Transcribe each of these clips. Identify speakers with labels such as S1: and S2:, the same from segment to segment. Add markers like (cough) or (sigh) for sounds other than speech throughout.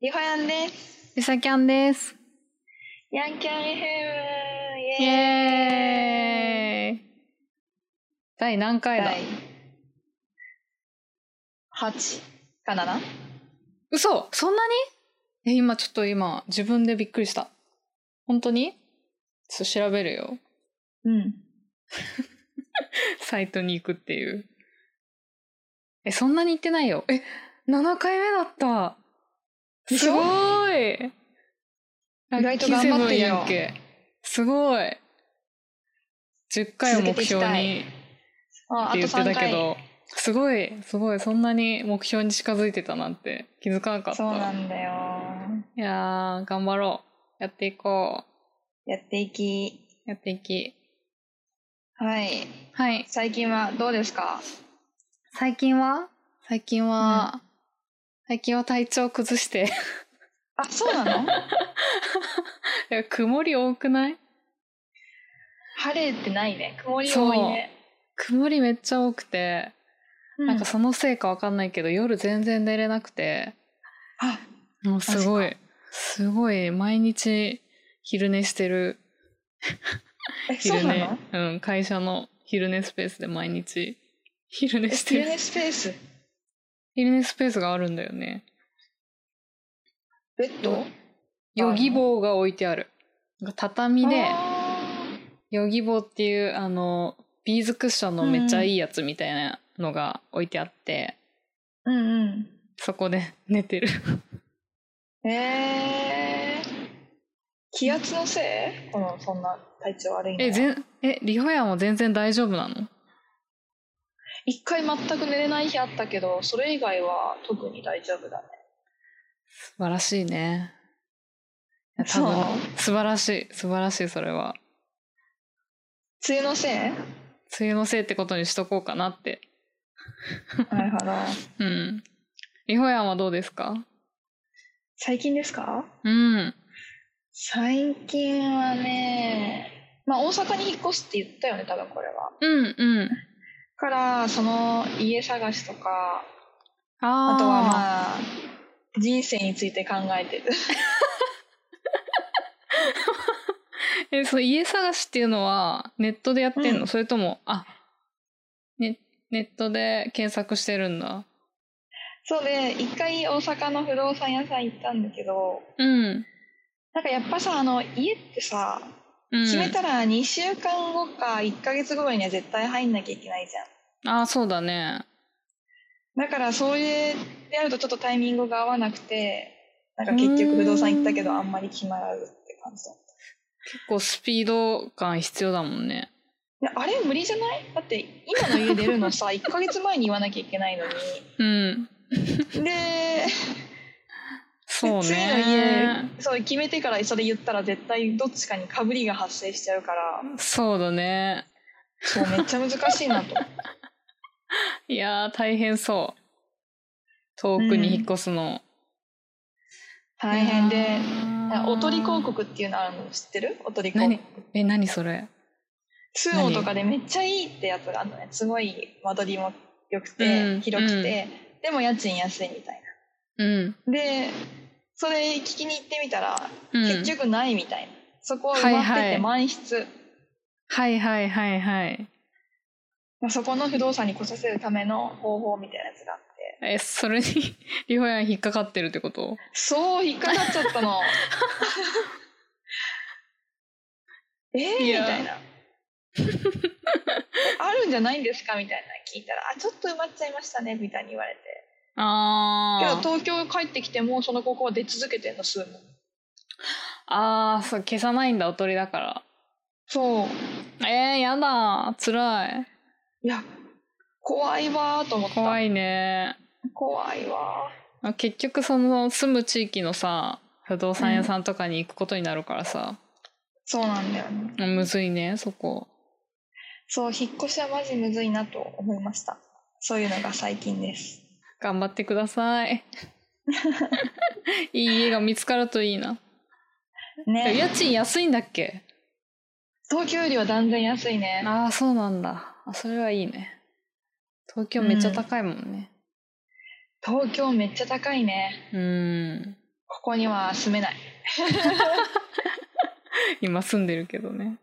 S1: りほやんです。
S2: ゆさきゃんです。
S1: ヤンキャン FM イ
S2: イ
S1: エーイ
S2: エーイ第何回だ
S1: 第8かな
S2: 嘘そんなにえ、今ちょっと今、自分でびっくりした。本当にちょっと調べるよ。
S1: うん。
S2: サイトに行くっていう。え、そんなに行ってないよ。え、7回目だった。
S1: でし
S2: す
S1: ょ
S2: ごい。意
S1: 意外と頑張ってるよ
S2: すごい。10回を目標にって
S1: あ、あと
S2: 言って
S1: 3
S2: たけ
S1: 回。
S2: ど、すごい、すごい、そんなに目標に近づいてたなんて気づかなかった。
S1: そうなんだよ。
S2: いやー、頑張ろう。やっていこ
S1: やっていき。
S2: う。やっていき。
S1: はい。
S2: はい。
S1: 最近はどうですか
S2: 最近は最近は、最近は体調崩して。 (laughs)
S1: あ、そうなの
S2: いや曇り多くない
S1: 晴れてないね。曇り多いね。
S2: 曇りめっちゃ多くて、
S1: う
S2: なんかそのせいかわかんないけど夜全然寝れなくて
S1: あ、
S2: もうすご
S1: マジ
S2: いすごい毎日昼寝してる
S1: え、そう
S2: 昼
S1: な
S2: 寝
S1: の
S2: うん会社の昼寝スペースで毎日昼寝
S1: え
S2: して
S1: 昼
S2: る
S1: 寝スペース
S2: 昼寝スペースがあるんだよね
S1: ベッド
S2: ヨギ棒が置いてあるなんか畳で
S1: あ
S2: ヨギ棒っていうあのビーズクッションのめっちゃいいやつみたいなのが置いてあって、
S1: ーうん
S2: そこで (laughs) 寝てる
S1: うん。えー、気圧のせいこの、そんな体調悪いのは
S2: え、ぜん、え、リホヤンは全然大丈夫なの
S1: 一回全く寝れない日あったけどそれ以外は特に大丈夫だね
S2: 素晴らしいね。いや多
S1: そう
S2: 分、素晴らしい、素晴らしい、それは。
S1: 梅雨のせい
S2: 梅雨のせいってことにしとこうかなって。
S1: なるほど (laughs)
S2: うん。リホヤンはどうですか
S1: 最近ですか
S2: うん。
S1: 最近はねまあ大阪に引っ越すって言ったよね多分これは
S2: うん、うん。
S1: からその家探しとか
S2: あー
S1: あとはまあ人生について考えてる
S2: え、その家探しっていうのは、ネットでやってんの、
S1: うん
S2: それとも、あ、ね、ネットで検索してるんだ。
S1: そうで一回大阪の不動産屋さん行ったんだけど
S2: うん。
S1: なんかやっぱさあの家ってさ
S2: うん、
S1: 決めたら2週間後か1ヶ月後には絶対入んなきゃいけないじゃん
S2: あーそうだね。
S1: だからそういうであるとちょっとタイミングが合わなくてなんか結局不動産行ったけどあんまり決まらずって感じだっ
S2: 結構スピード感必要だもんね。
S1: たであれ無理じゃないだって今の家出るの
S2: (laughs)
S1: さ1ヶ月前に言わなきゃいけないのに
S2: うん。
S1: で
S2: そうね。
S1: 次の家そう決めてからそれ言ったら絶対どっちかにかぶりが発生しちゃうから
S2: そうだね。
S1: そうめっちゃ難しいな
S2: (laughs)
S1: と
S2: いやー、大変そう。遠くに引っ越すの。
S1: 大変で。
S2: あー
S1: おとり広。告っていうのあるの知ってるおとり広告
S2: 何え、何それ
S1: 通音とかでめっちゃいいってやつがあるのねすごい間取りも良くて、
S2: うん
S1: 広くて、でも家賃安いみたい
S2: うん。
S1: なでそれ聞きに行ってみたら、
S2: うん、
S1: 結局ないみたいなそこを埋まって
S2: はいは
S1: て
S2: い
S1: 満室、
S2: はいはいはいはい。
S1: まあ、そこの不動産に来させるための方法みたいなやつがあって
S2: え、それに、 (laughs) リホヤン引っかかってるってこと
S1: そう引っかかっちゃったの (laughs) えー、
S2: い
S1: み
S2: や
S1: たいな (laughs) あるんじゃないんですかみたいな聞いたら「あちょっと埋まっちゃいましたね」みたいに言われてけど
S2: あー。
S1: 東京帰ってきてもその高校は出続けてんの数も
S2: あー、そう、消さないんだ、おとりだから。
S1: そう
S2: えー、やだ。辛い。
S1: いや怖いわーと思った
S2: 怖
S1: 怖い
S2: いね。
S1: わ
S2: あ結局、その、住む地域のさ、不動産屋さんとかに行くことになるからさ、
S1: ーそうなんだよね
S2: うんむずいね、そこ。
S1: そう引っ越しはマジむずいなと思いましたそういうのが最近です
S2: 頑張ってください。 (laughs) いい家が見つかるといいな。
S1: ね
S2: 家賃安いんだっけ
S1: 東京よりは断然安いね
S2: ああ、そうなんだ。あそれはいいね。東京めっちゃ高いもんね。
S1: 東京めっちゃ高いね
S2: うん。
S1: ここには住めない。
S2: 今住んでるけどね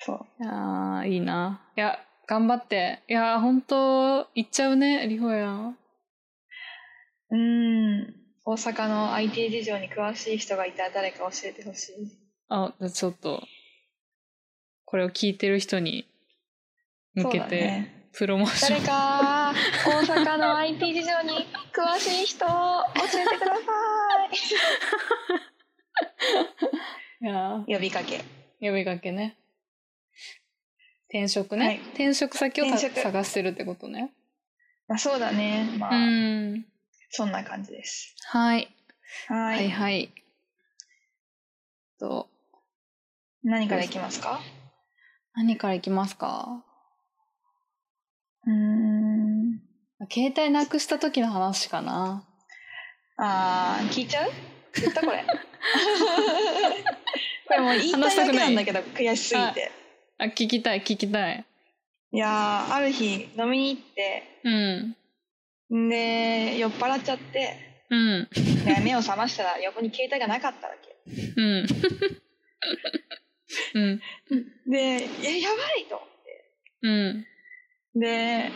S1: そう。
S2: いやーいいないや頑張っていやー本当行っちゃうねリホヤ
S1: うーん。大阪の IT 事情に詳しい人がいたら誰か教えてほしい。
S2: あじゃあちょっとこれを聞いてる人に向け
S1: そうだ
S2: て、
S1: ね。
S2: プロモーショ
S1: 誰
S2: ン
S1: か大阪の IT 事情に詳しい人教えてくださ
S2: いや
S1: い。呼びかけ。
S2: ー呼びかけね転職ね、
S1: はい
S2: 転職先をた
S1: 転職
S2: 探してるってことね
S1: まあ、そうだね。まあ、
S2: うん
S1: そんな感じです。
S2: はい
S1: は
S2: はい
S1: い。
S2: はいと
S1: 何からいきますか
S2: 何からいきますか
S1: うーん。
S2: 携帯なくした時の話かな
S1: あー、聞いちゃう言ったこれ。 (laughs) これもう言いた
S2: 話し
S1: い
S2: た
S1: だ
S2: く
S1: け
S2: な
S1: ないんだけど、悔しすぎて。
S2: あ聞きたい聞きたい
S1: いやー、ある日飲みに行って、
S2: うん
S1: んで、酔っ払っちゃって、
S2: うん
S1: で目を覚ましたら横に携帯がなかったわけ。
S2: うん (laughs) うん
S1: で、え、やばいと。
S2: うん
S1: で、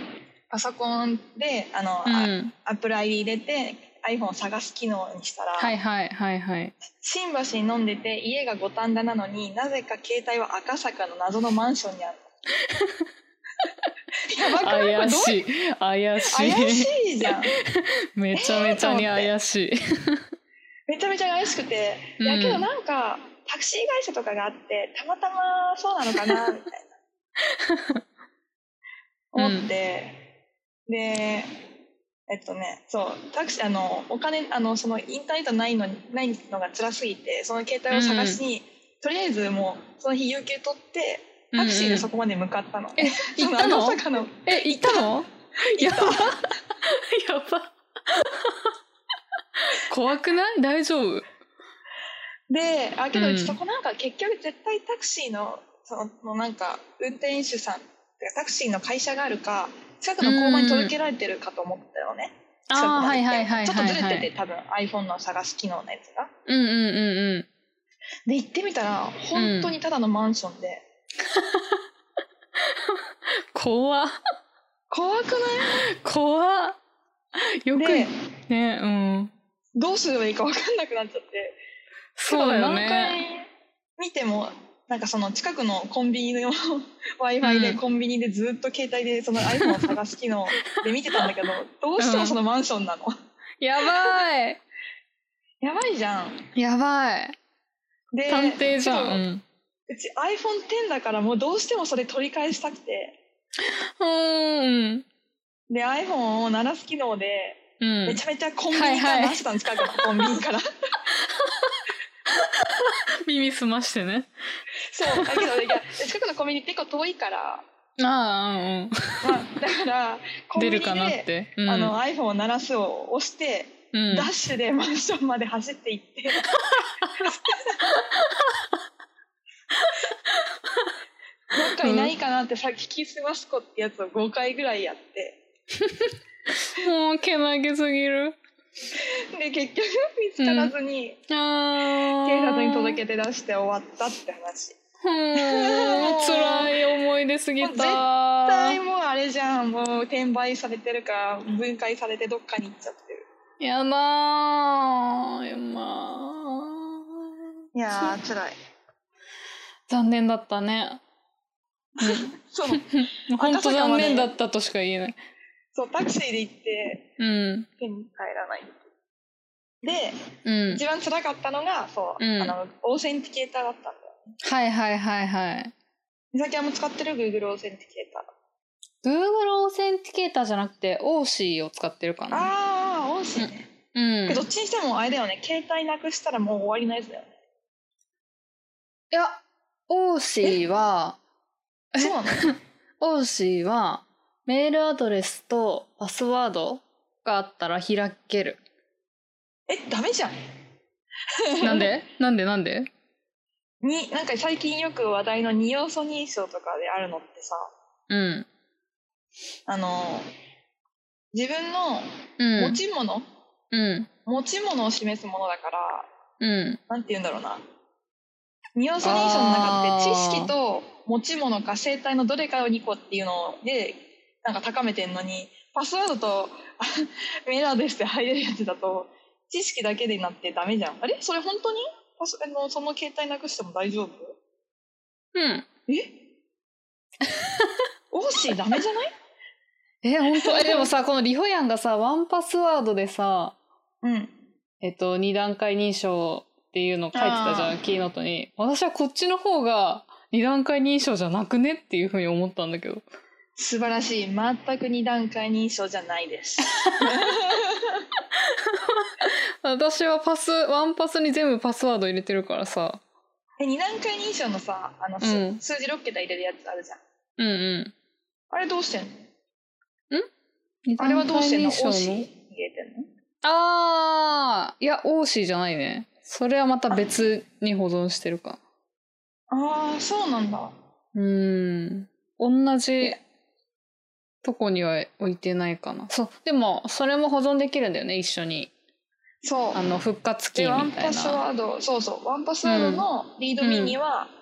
S1: パソコンで、あの、
S2: う
S1: あ
S2: ん
S1: Apple ID 入れて、iPhone を探す機能にしたら、
S2: はいはいはいはい
S1: 新橋に飲んでて家が五反田なのになぜか携帯は赤坂の謎のマンションにあった。(laughs) やばくな
S2: (laughs)
S1: いこれどう
S2: 怪しい怪しい
S1: 怪しいじゃん。
S2: めちゃめちゃに怪しい、
S1: めちゃめちゃ怪しくて。いやけどなんか、タクシー会社とかがあって、たまたまそうなのか
S2: (laughs)
S1: な、みたいな。
S2: うん
S1: 思って、で、えっとね、そう、タクシー、あの、お金、あの、その、インターネットないのに、ないのが辛すぎて、その携帯を探しに、とりあえずもう、その日、有給取って、タクシーでそ
S2: こ
S1: こまで向かったの。
S2: え行ったの
S1: そ赤坂の
S2: え行ったのやばやば (laughs) 怖くない大丈夫
S1: で、あ、けど
S2: うん
S1: そこなんか結局絶対タクシーの、その、もうなんか運転手さん、てかタクシーの会社があるか、近くの交番に届けられてるかと思ったよね。近く
S2: ああー
S1: ま
S2: は
S1: で
S2: い
S1: 行って
S2: はいはいはいはい
S1: ちょっとずれてて、多分 iPhone の探す機能のやつが。
S2: うんうんうんうん
S1: で、行ってみたら、本当にただのマンションで、
S2: 怖
S1: 怖くない
S2: 怖よく
S1: で
S2: ねうん
S1: どうすればいいか分かんなくなっちゃって。
S2: そうだよ
S1: 何
S2: ね
S1: 回見ても、なんかその近くのコンビニの (laughs) Wi-Fi
S2: う
S1: で
S2: ん
S1: コンビニでずっと携帯でその iPhone を探す機能で見てたんだ
S2: (laughs)
S1: けど、どうしてもそのマンションなの。
S2: やばい
S1: やばいじゃん。
S2: やばい
S1: で、
S2: 探偵じゃん、
S1: そううち iPhone10 だからもうどうしてもそれ取り返したくて。
S2: うんうん
S1: で、iPhone を鳴らす機能で、
S2: うん
S1: めちゃめちゃコンビニから出したの、近くのコンビニから。
S2: 耳すましてね
S1: そう、だけど、いや、近くのコンビニ結構遠いから、
S2: ああうんうん
S1: まあ、だから、コンビ
S2: 出
S1: ニで、
S2: るかなって、うん、
S1: あの、iPhone を鳴らすを押して、
S2: うん
S1: ダッシュでマンションまで走って行って。どっかいないかなってさ、聞きすますこってやつを5回ぐらいやって。
S2: もうけなげすぎる
S1: で結局見つからずに
S2: あ
S1: 警察に届
S2: け
S1: けて出して終わったって話
S2: うん辛い思い出すぎた
S1: もう絶絶対もうあれじゃんもう転売されてるか分解されてどっかに行っちゃってる
S2: やだーやまー
S1: いやー辛い
S2: 残念だったね
S1: そう
S2: (laughs) もう
S1: 赤坂
S2: 本当
S1: ま
S2: 残
S1: で
S2: 念だったとしか言えない
S1: そうタクシーで行って
S2: うん
S1: 手に帰らないで
S2: うん
S1: 一番辛かったのがそう、
S2: うん
S1: あのオーセンティケーターだったんだよ
S2: はいはいはいはい
S1: 美咲はもう使ってる Google オーセンティケーター
S2: Google オーセンティケーターじゃなくて OC を使ってるかな
S1: ああオーセンね、
S2: うん
S1: どっちにしてもあれだよね携帯なくしたらもう終わりのやつだよね
S2: いや OC は
S1: そうなの
S2: オーシーはメールアドレスとパスワードがあったら開け (laughs) る。
S1: えダメじゃん
S2: なんでなんでなんで
S1: になんか最近よく話題の二要素認証とかであるのってさ
S2: うん。
S1: あの自分の
S2: う
S1: 持
S2: ん。
S1: ち物
S2: うん。
S1: 持ち物を示すものだから
S2: うん。
S1: なんて言うんだろうな二要素認証の中って
S2: あー
S1: 知識と持ち物か生体のどれかを2個っていうのでなんか高めてんのにパスワードとあメールアドレスで入れるやつだと知識だけでなってダメじゃんあれそれ本当にパスあのその携帯なくしても大丈夫
S2: うん。
S1: えオーシーダメじゃない
S2: え、本当え、でもさ、このリホヤンがさ、ワンパスワードでさ、
S1: うん
S2: えっと、二段階認証っていうの書いてたじゃ
S1: あ
S2: ん、
S1: ー
S2: キーノートに。私はこっちの方が二段階認証じゃなくねっていうふうに思ったんだけど。
S1: 素晴らしい全く二段階認証じゃないです
S2: 私はパス、ワンパスに全部パスワード入れてるからさ。
S1: え二段階認証のさあの、す
S2: うん
S1: 数字6桁入れるやつあるじゃん
S2: うんうん。
S1: あれどうしてんの
S2: 二
S1: あれはどうしてんのオー
S2: 段階
S1: シー
S2: 認
S1: 入
S2: 証の
S1: れてんの
S2: あー、いや、オーシーじゃないね。それはまた別に保存してるか。
S1: ああそうなんだ
S2: うーん。同じとこには置いてないかな。そう。でも、それも保存できるんだよね、一緒に。
S1: そう
S2: あの、復活キ
S1: でワ
S2: ー
S1: ン
S2: みた
S1: パ
S2: い
S1: ス
S2: な。
S1: ワードそうそうワンパスワードのリードミーには、
S2: うん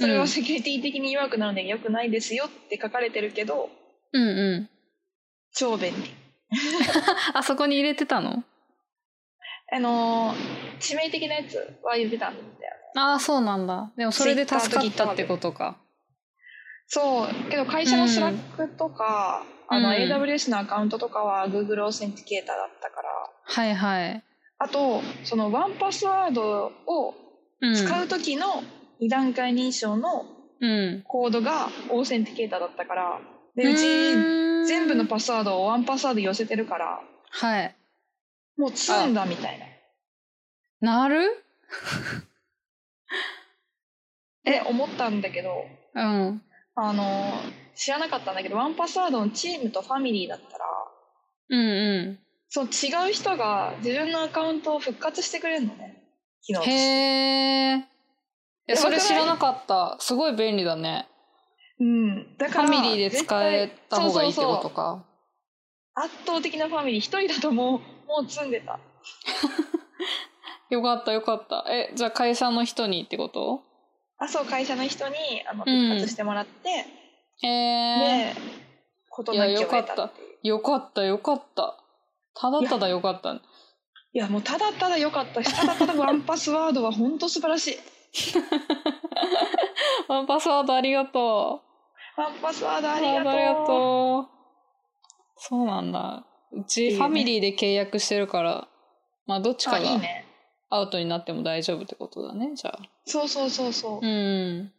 S1: それはセキュリティ的に弱くなるので良くないですよって書かれてるけど
S2: うんうん。
S1: 超便利
S2: あそこに入れてたの
S1: あのー致命的なやつは入れてたんだよ
S2: ああ、そうなんだ。でも、それで助かったってことか。
S1: そうけど会社の
S2: うん
S1: スラックとか、あの
S2: うん
S1: AWS のアカウントとかは Google オーセンティケーターだったから
S2: はいはい。
S1: あとそのワンパスワードを
S2: うん。
S1: 使う時の2段階認証の
S2: うん。
S1: コードがオーセンティケーターだったからで
S2: う
S1: うち
S2: ーん
S1: 全部のパスワードをワンパスワード寄せてるから
S2: はい。
S1: もう積んだみたいな
S2: なる
S1: え思ったんだけど
S2: うん。
S1: あの知らなかったんだけどワンパスワードのチームとファミリーだったら
S2: うんう
S1: そう違う人が自分のアカウントを復活してくれるのね機能
S2: ん。
S1: として
S2: へえ。え、
S1: やば
S2: そ
S1: くない
S2: れ知らなかった。すごい便利だね。
S1: うん、だ
S2: フ
S1: から
S2: ァミリーで使え
S1: 絶
S2: た
S1: 対
S2: 方がいいって
S1: そうそうそ
S2: こと
S1: う
S2: か。
S1: 圧倒的なファミリー一人だともうもう積んでた
S2: よかったよかった。え、じゃあ会社の人にってこと
S1: あそう会社の人にあの
S2: うん
S1: 復活してもらって、
S2: えー、
S1: で事なきを得
S2: いやよか
S1: た
S2: っ
S1: っていう
S2: よかったよかった。ただただよかった。
S1: いやもうただただ良かったしただただワンパスワードは本当素晴らしい (laughs)
S2: ワンパスワードありがとう。
S1: ワンパスワードあり
S2: ワ
S1: がと
S2: ンパ
S1: う
S2: スワードありがとう。そうなんだ。う
S1: いい
S2: ち
S1: ね
S2: ファミリーで契約してるから、まあどっち
S1: あ
S2: か
S1: いい
S2: が
S1: ね
S2: アウトになっても大丈夫ってことだね、じゃあ。
S1: そうそうそうそう、
S2: うん。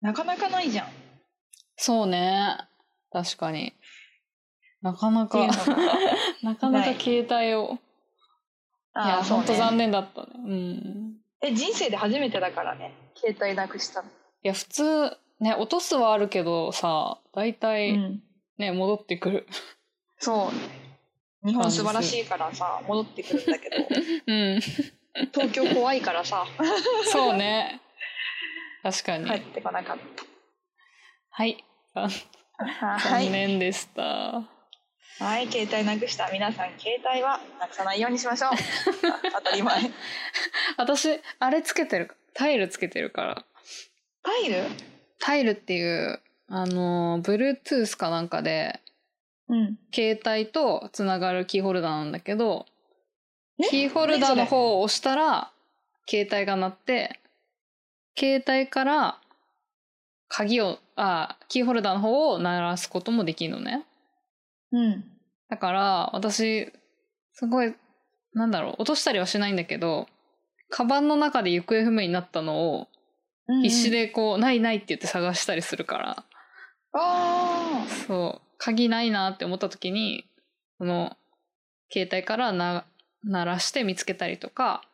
S1: なかなかないじ (laughs) ゃんって
S2: そうね。確かに。なか (laughs) な
S1: (laughs) いう
S2: か
S1: の、が
S2: なかな
S1: な
S2: か
S1: い
S2: 携帯を。いや、
S1: あ
S2: ほんと残
S1: 念
S2: 念だったね。うん。
S1: え人生で初めてだからね携帯なくしたの、
S2: いや普通ね落とすはあるけどさ大
S1: う
S2: 体
S1: ん
S2: ね、戻ってくる
S1: そう日本素晴らしいからさ戻ってくるんだけど
S2: うん
S1: (laughs) 東京怖いからさ
S2: そうね確かに
S1: 帰
S2: は
S1: っ
S2: い、
S1: てこなかっ
S2: あ
S1: たは
S2: 残
S1: い、
S2: 念でした、
S1: はい、携帯なくした皆さん携帯はなくさないようにしましょ (laughs) う当たり (laughs) 前
S2: 私あれつけてるタイルつけてるから
S1: タイル
S2: タイルっていうあの Bluetooth かなんかで
S1: うん
S2: 携帯とつながるキーホルダーなんだけど
S1: え
S2: キーホルダー
S1: 何そ
S2: の
S1: れ
S2: 方を押したら携帯が鳴って携帯から鍵をあキーホルダーの方を鳴らすこともできるのね
S1: うん
S2: だから私すごいなんだろう落としたりはしないんだけどカバンの中で行方不明になったのを
S1: うんうん
S2: 必死でこう、ないないって言って探したりするから
S1: ああ
S2: そう鍵ないなって思った時にこの携帯からな鳴らして見つけたりとか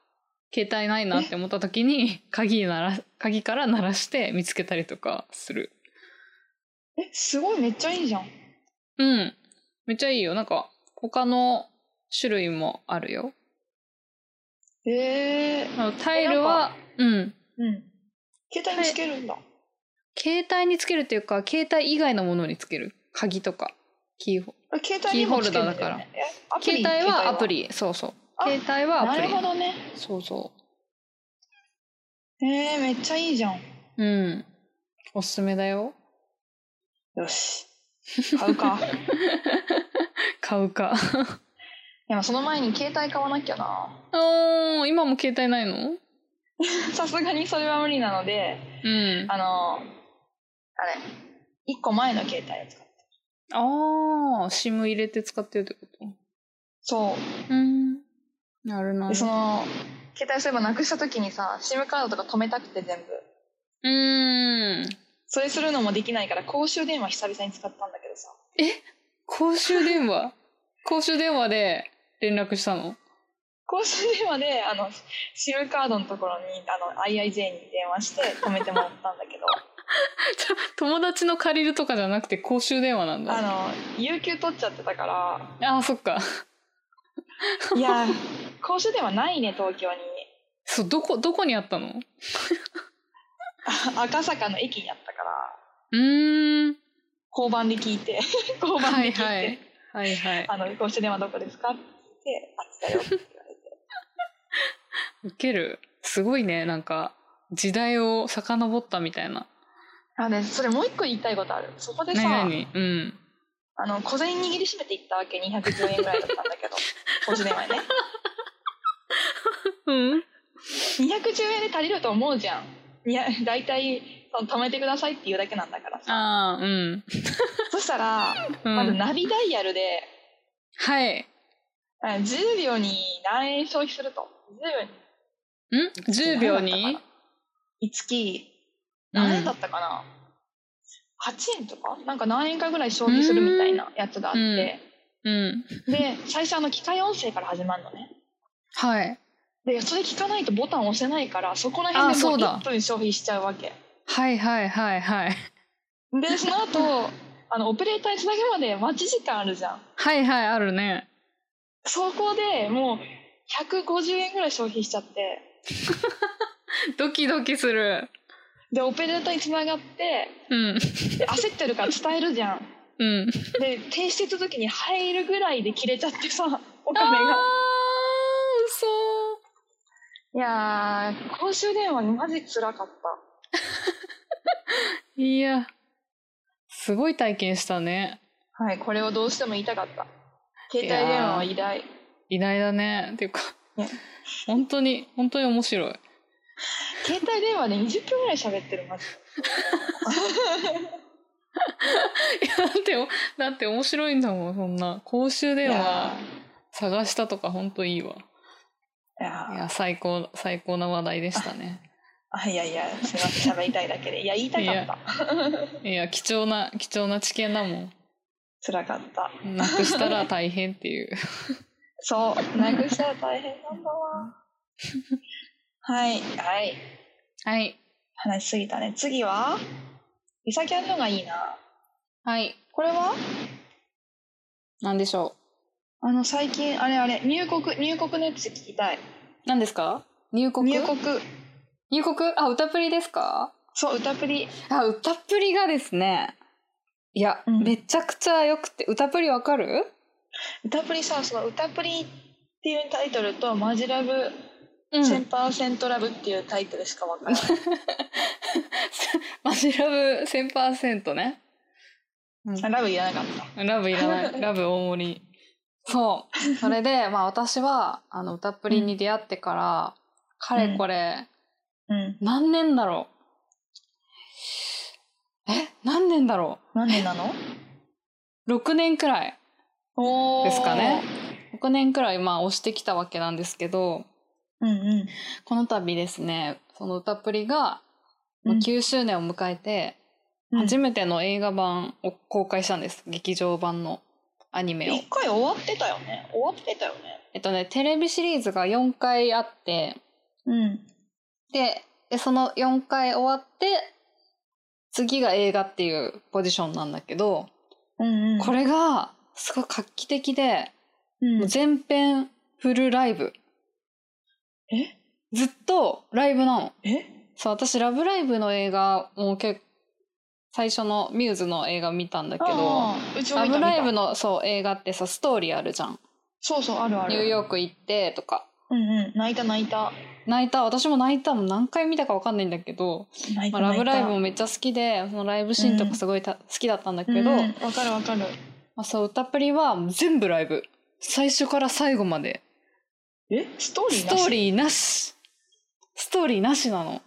S2: 携帯ないなって思った時に鍵鳴ら鍵から鳴らして見つけたりとかする
S1: えすごいめっちゃいいじゃん
S2: うんめっちゃいいよなんか他の種類もあるよ
S1: へえ
S2: あのタイルはうん
S1: うん携帯につけるんだ、
S2: 携帯につけるっていうか携帯以外のものにつける鍵とかキーホ
S1: あ携帯にもつけるんだよ、
S2: キーホルダーだから
S1: ね、えアプリ
S2: 携帯はアプリそうそう
S1: あ
S2: 携帯はア
S1: な
S2: プ
S1: る
S2: リ
S1: ほどね
S2: そうそ
S1: えー、めっちゃいいじゃん
S2: ううんおすすめだよ
S1: よし買うか (laughs)
S2: 買う (laughs) か
S1: でもその前に携帯買わなきゃな
S2: おー今も携帯ないの
S1: (laughs) さすがにそれは無理なので
S2: うん
S1: あのあれ1個前の携帯を使って
S2: ああ SIM 入れて使ってるってこ
S1: そ
S2: とうんなるな
S1: うでその携帯そういえばなくした時にさ SIM カードとか止めたくて全部
S2: うーん
S1: それするのもできないから公衆電話久々に使ったんだけどさ
S2: 公衆電 (laughs) 話公衆電話で連絡したの
S1: 公衆電話であの SIM カードのところにあの IIJ に電話して止めてもらったんだ (laughs) けど
S2: (laughs) ちょ友達の借りるとかじゃなくて公衆電話なんだ
S1: あの有給取っちゃってたから
S2: ああそっか
S1: いや公衆電話ないね東京に
S2: そうどこどこにあったの
S1: あ赤坂の駅にあったから
S2: うーん
S1: 交番で聞いて (laughs) 交番
S2: は
S1: で聞
S2: い
S1: いて、
S2: はいはいはい
S1: あの公衆電話どこですかって聞いてあっちだよって言われて
S2: ウケるすごいねなんか時代を遡ったみたいな
S1: あねそれもう一個言いたいことあるそこでさ
S2: 何何うん
S1: あの小銭握りしめていったわけ210円ぐらいだったんだけ (laughs) ど公衆電話にね
S2: うん
S1: 210円で足りると思うじゃんいや大体その貯めてくださいって言うだけなんだからさ
S2: ああうん、
S1: そしたら
S2: う
S1: まず
S2: ん、
S1: ナビダイヤルで、
S2: はいん
S1: あ10秒に何円消費すると10秒に
S2: 10秒に
S1: 1月
S2: うん
S1: 何円だったかな、8円とかなんか何円かぐらい消費するみたいなやつがあって、
S2: うん
S1: で最初あの機械音声から始まるのね
S2: はい
S1: でそれ聞かないとボタン押せないからそこら
S2: あ
S1: 辺でも
S2: そううだ
S1: 1分消費しちゃうわけ
S2: はいはいはいはい
S1: でその後あのオペレーターにつなぐまで待ち時間あるじゃん
S2: はいはいあるね
S1: そこでもう150円ぐらい消費しちゃって
S2: ドキドキする
S1: でオペレーターにつながって
S2: うん
S1: で焦ってるから伝えるじゃん
S2: うん
S1: で停止してた時に入るぐらいで切れちゃって (laughs) さお
S2: あ
S1: 金が
S2: ー嘘
S1: いやー公衆電話マジ辛かっ
S2: いやすごい体験したね
S1: たはいこれをどうしても言いたかった携帯電話は偉大
S2: 偉大だねっていうか
S1: ね
S2: 本当に本当に面白い
S1: 携帯電話で20分ぐらい喋ってるマジ
S2: いやだってだって面白いんだもんそんな公衆電
S1: い
S2: 話
S1: や
S2: 探したとか本当いいわ
S1: ーいや
S2: い
S1: ー
S2: や最高最高な話題でしたね
S1: あいやいやすみません喋りたいだけでいや言いたか
S2: い
S1: った
S2: やいや貴重な貴重な知見だも
S1: 辛かった
S2: んなくしたら大変っていう
S1: そうなくしたら大変なんだわはいはい
S2: はい
S1: 話しすぎたね次はリサキャンのがいいな
S2: はい
S1: これは
S2: 何でしょ
S1: あの最近あれあれ入国入国のやつ聞きたいう
S2: 何ですか入国
S1: 入国
S2: 入国あ歌プリですか
S1: そう歌プリ
S2: あ歌プリがですねいや、
S1: うん
S2: めちゃくちゃ良くて歌プリわかる
S1: 歌プリさその歌プリっていうタイトルとマジラブ
S2: う
S1: 1000%ラブっていうタイトルしかわからない、
S2: マジラブ1000%ね。
S1: あ (laughs) ラブ言わなかった
S2: ラブい
S1: (laughs)
S2: らない。ラブ大盛り。そう。それで、 (laughs) まあ私は、あの、歌プリに出会ってから、かれこれ、
S1: うん
S2: 何年だろう。え何年だろ
S1: 何年なの
S2: う ?6 年くらい
S1: (laughs) お
S2: ですかね。6年くらい、まあ、押してきたわけなんですけど、
S1: うんうん
S2: この度ですね、その歌プリが、まあ
S1: うん
S2: 9周年を迎えて、
S1: うん
S2: 初めての映画版を公開したんです劇場版のアニメを
S1: 一回終わってたよね終わってたよね
S2: えっとねテレビシリーズが4回あって
S1: うん
S2: ででその4回終わって次が映画っていうポジションなんだけど、
S1: うんうん
S2: これがすごい画期的で、
S1: うん
S2: もう全編フルライブ
S1: え
S2: ずっとライブなの
S1: え
S2: そう私「ラブライブ!」の映画も結構最初のミューズの映画見たんだけど
S1: あーうち
S2: 「ラ
S1: も見た
S2: ブ
S1: 見た
S2: ライブ!」のそう映画ってさストーリーあるじゃん
S1: そうそう、あるあ
S2: ニュー
S1: る。
S2: ヨーク行ってとか
S1: うんうん、泣いた泣いた。
S2: 泣いた私も泣いたの何回見たか分かんないんだけど「
S1: 泣い
S2: ま
S1: た
S2: あ、ラ
S1: 泣
S2: ブ
S1: いた。
S2: ライブ!」もめっちゃ好きでそのライブシーンとかすごいた、好きだったんだけど、
S1: うん
S2: ま
S1: うんわかるわかる。
S2: あ、そう歌っぷりは全部ライブ最初から最後まで
S1: えストーリー
S2: ス
S1: な
S2: ト
S1: し
S2: ーリーなしストーリーなしなの。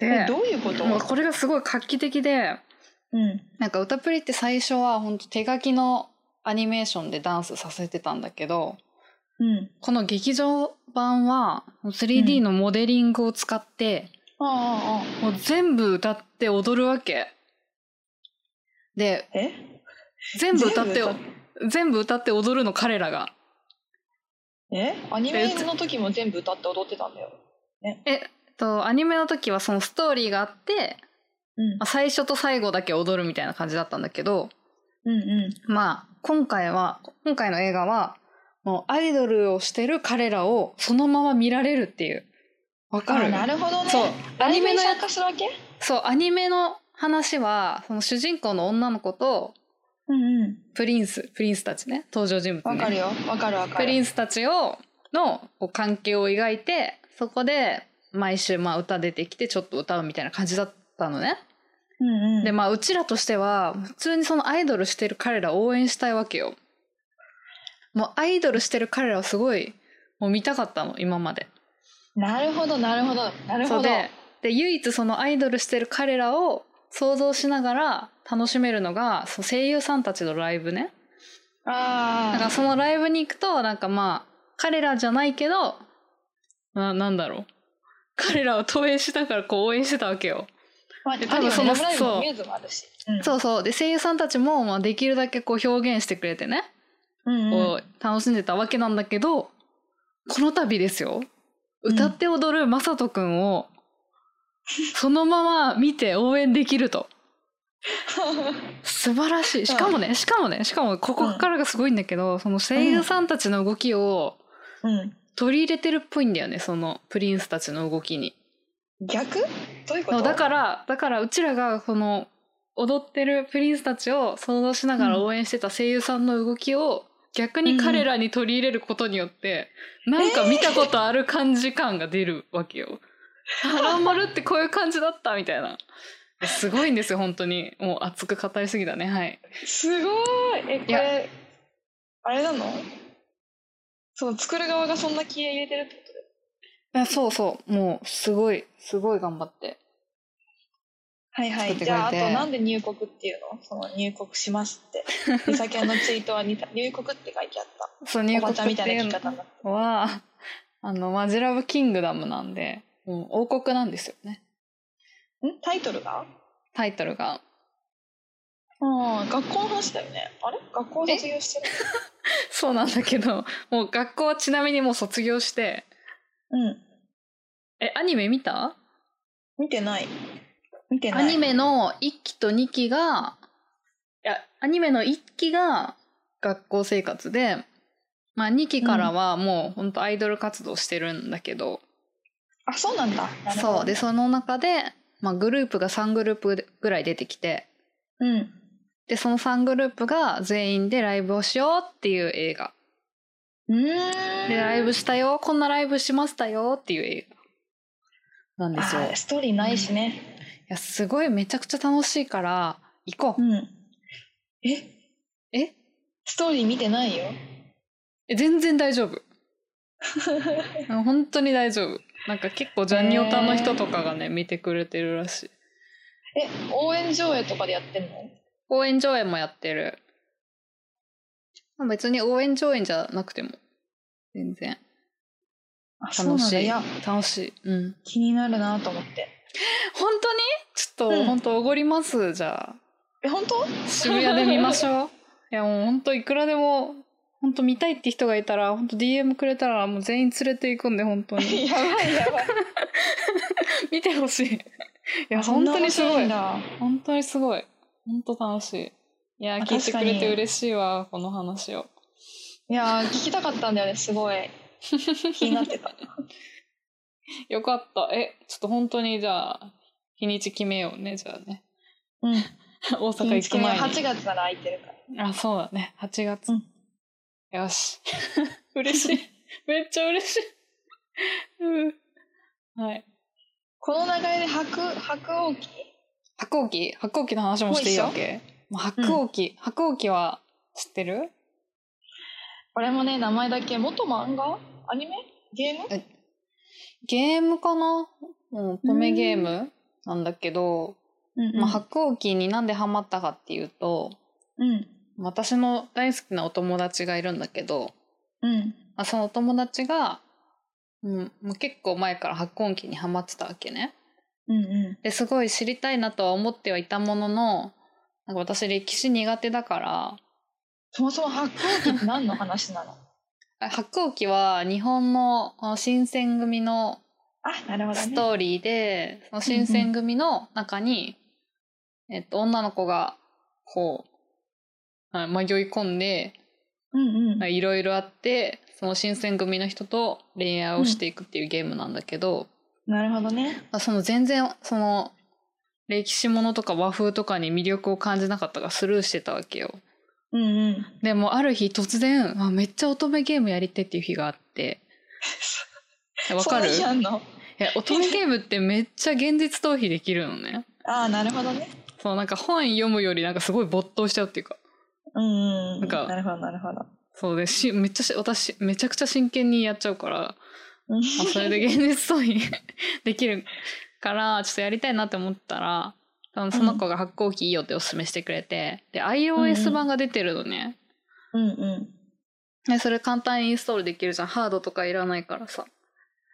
S1: えどういうこと
S2: もうこれがすごい画期的で
S1: うん。
S2: なんか歌プリって最初は本当手書きのアニメーションでダンスさせてたんだけど
S1: うん。
S2: この劇場版は
S1: う
S2: 3D
S1: ん
S2: のモデリングを使って、
S1: ああああああ。
S2: もう全部歌って踊るわけで
S1: え
S2: 全部歌って
S1: 全部歌っ
S2: 全部歌って踊るの彼らが
S1: えアニメの時も全部歌って踊ってたんだよ。
S2: えとアニメの時はそのストーリーがあって、
S1: うん
S2: まあ。最初と最後だけ踊るみたいな感じだったんだけど、
S1: うんうん。
S2: まあ今回は今回の映画はもうアイドルをしてる彼らをそのまま見られるっていうわか
S1: あ
S2: る
S1: なるほどね。
S2: そうア
S1: ア
S2: ニ
S1: ニ
S2: メ
S1: メ
S2: の
S1: に参加するわけ
S2: そうアニメの話はその主人公の女の子と
S1: うんうん。
S2: プリンスプリンスたちね登場人物
S1: わかる
S2: ね
S1: よ。わかるわか
S2: プ
S1: る。
S2: リンスたちをのこう関係を描いてそこで毎週まあ歌出てきてちょっと歌うみたいな感じだったのね、
S1: うんうん。
S2: でまあうちらとしては普通にそのアイドルしてる彼らを応援したいわけよもうアイドルしてる彼らをすごいもう見たかったの今まで
S1: なるほどなるほどなるほ
S2: そ
S1: ど。
S2: うでで唯一そのアイドルしてる彼らを想像しながら楽しめるのがその声優さんたちのライブね
S1: ああ。
S2: だからそのライブに行くとなんかまあ彼らじゃないけどななんだろう彼らを投影しながらこう応援してたわけよ
S1: まあ、
S2: で
S1: 多分
S2: 多
S1: そ
S2: 分
S1: の
S2: その
S1: ライブ
S2: そう
S1: のイメージもあるし。うん
S2: そうそうで声優さんたちもまあできるだけこう表現してくれてね
S1: うんうん。
S2: を楽しんでたわけなんだけど、この度ですよ
S1: うん
S2: 歌って踊るまさとくんをそのまま見て応援できると素晴らしいしかもねしかもねしかもここからがすごいんだけど、その声優さんたちの動きを
S1: (laughs) うん。
S2: 取り入れてるっぽいんだよねそのプリンスたちの動きに。
S1: 逆どういうこと
S2: だからだからうちらがこの踊ってるプリンスたちを想像しながら応援してた声優さんの動きを逆に彼らに取り入れることによって、なんか見たことある感じ感が出るわけよ。ハラマルってこういう感じだったみたいな。すごいんですよ本当にもう熱く語りすぎだねはい。
S1: すごいえこ
S2: いや
S1: れあれなのそう作る側がそんな気合い入れてるってこ
S2: あそうそうもうすごいすごい頑張って。
S1: とはいはい
S2: 作ってくれて
S1: じゃああとなんで入国っていうのその入国しますって美咲ちゃんのツイートはに (laughs) 入国って書いてあった
S2: そう入
S1: おば
S2: 国
S1: ちゃんみ
S2: ったて
S1: い
S2: い
S1: な聞
S2: う
S1: き方になって
S2: のはあのマジラブキングダムなんでもう王国なんですよね
S1: んタイトルが
S2: タイトルが。
S1: ああ学校の話だよねあれ学校卒業してる
S2: そうなんだけど、もう学校はちなみにもう卒業して、
S1: うん
S2: え、アニメ見た
S1: 見てない見てな
S2: ア
S1: い
S2: ニメの1期と2期が、いや、アニメの1期が学校生活で、まあ2期からはもうほんとアイドル活動してるんだけど、
S1: あそうなんだなるほど
S2: そう。で、その中で、まあグループが3グループぐらい出てきて、
S1: うん
S2: で、その3グループが全員でライブをしようっていう映画。
S1: うーん
S2: で、ライブしたよ、こんなライブしましたよっていう映画なんですよ。
S1: あーストーリーないしね、
S2: いやすごいめちゃくちゃ楽しいから行こう、
S1: うん。え
S2: え
S1: ストーリー見てないよ。
S2: え全然大丈夫 (laughs) うん本当に大丈夫なんか結構ジャニオタの人とかがね、見てくれてるらしい
S1: え、応援上映とかでやってんの
S2: 応援上映もやってるまあ別に応援上映じゃなくても全然
S1: あ、そう
S2: 楽
S1: なん
S2: し
S1: だ。
S2: い
S1: いや、
S2: 楽しいうん
S1: 気になるなと思って。
S2: 本当にちょっと、
S1: うん
S2: 本当おごりますじゃ
S1: え、本当
S2: あ渋谷で見ま
S1: (laughs)
S2: しょういやもう本当いくらでも本当見たいって人がいたら本当 DM くれたらもう全員連れて行くんで本当
S1: (laughs)
S2: に
S1: やばいやばい。
S2: 見てほしい。いや、
S1: そん
S2: 本
S1: な
S2: 当にすご
S1: 面白ん
S2: い。
S1: だ
S2: 本当にすごい。本当楽しい。いや、
S1: あ
S2: 聞いてくれ
S1: 確か
S2: て
S1: に
S2: 嬉しいわ、この話を。
S1: いやー、聞きたかったんだよね、すごい。 (laughs) 気になってた。
S2: よかった。え、ちょっと本当にじゃあ、日にち決めようね、じゃあね。
S1: (laughs) うん。
S2: (laughs) 大阪行く
S1: は
S2: 前
S1: 8
S2: に。
S1: 月なら空いてるから。
S2: あ、そうだね。8月。
S1: うん
S2: よし。 (laughs) 嬉 (laughs) しい。めっちゃ嬉しい。うんはい。
S1: この流れで白白鸚記
S2: 白鸚記白鸚記の話もしていいわけもう白鸚記、白鸚記は知ってる
S1: これもね名前だけ元漫画アニメゲーム
S2: ゲームかなもうポメゲームなんだけど、
S1: うん
S2: まあ、白鸚記になんでハマったかっていうと
S1: うん
S2: 私の大好きなお友達がいるんだけど、
S1: うん
S2: まあ、そのお友達が、うん、もう結構前から白鸚記にハマってたわけね。
S1: うんう
S2: ですごい知りたいなとは思ってはいたもののなんか私歴史苦手だから
S1: そもそも白鸚記って何の話なの
S2: あ白鸚記は日本のこの新選組の
S1: あなるほど
S2: ス
S1: ね
S2: トーリーで、その新選組の中に、えっと、女の子がこうあ迷い込んで
S1: うんうん
S2: いろいろあってその新選組の人と恋愛をしていくっていうゲームなんだけど、
S1: なるほどね
S2: まあその全然その歴史ものとか和風とかに魅力を感じなかったからスルーしてたわけよ。
S1: うんうん
S2: でもある日突然あめっちゃ乙女ゲームやりてっていう日が
S1: (laughs)
S2: あってえわかる
S1: そんな日あんの
S2: え乙女ゲームってめっちゃ現実逃避できるのね
S1: ああなるほどね
S2: そうなんか本読むよりなんかすごい没頭しちゃうっていうか
S1: うんうんう
S2: なんか
S1: なるほどなるほど
S2: そうでしめっちゃし私めちゃくちゃ真剣にやっちゃうから
S1: うん
S2: あそれで現実逃避 (laughs) できるからちょっとやりたいなって思ったらあのその子が発行機いいよっておすすめしてくれてで
S1: うんう
S2: iOS
S1: ん
S2: 版が出てるのね、
S1: うんうん
S2: でそれ簡単にインストールできるじゃんハードとかいらないからさ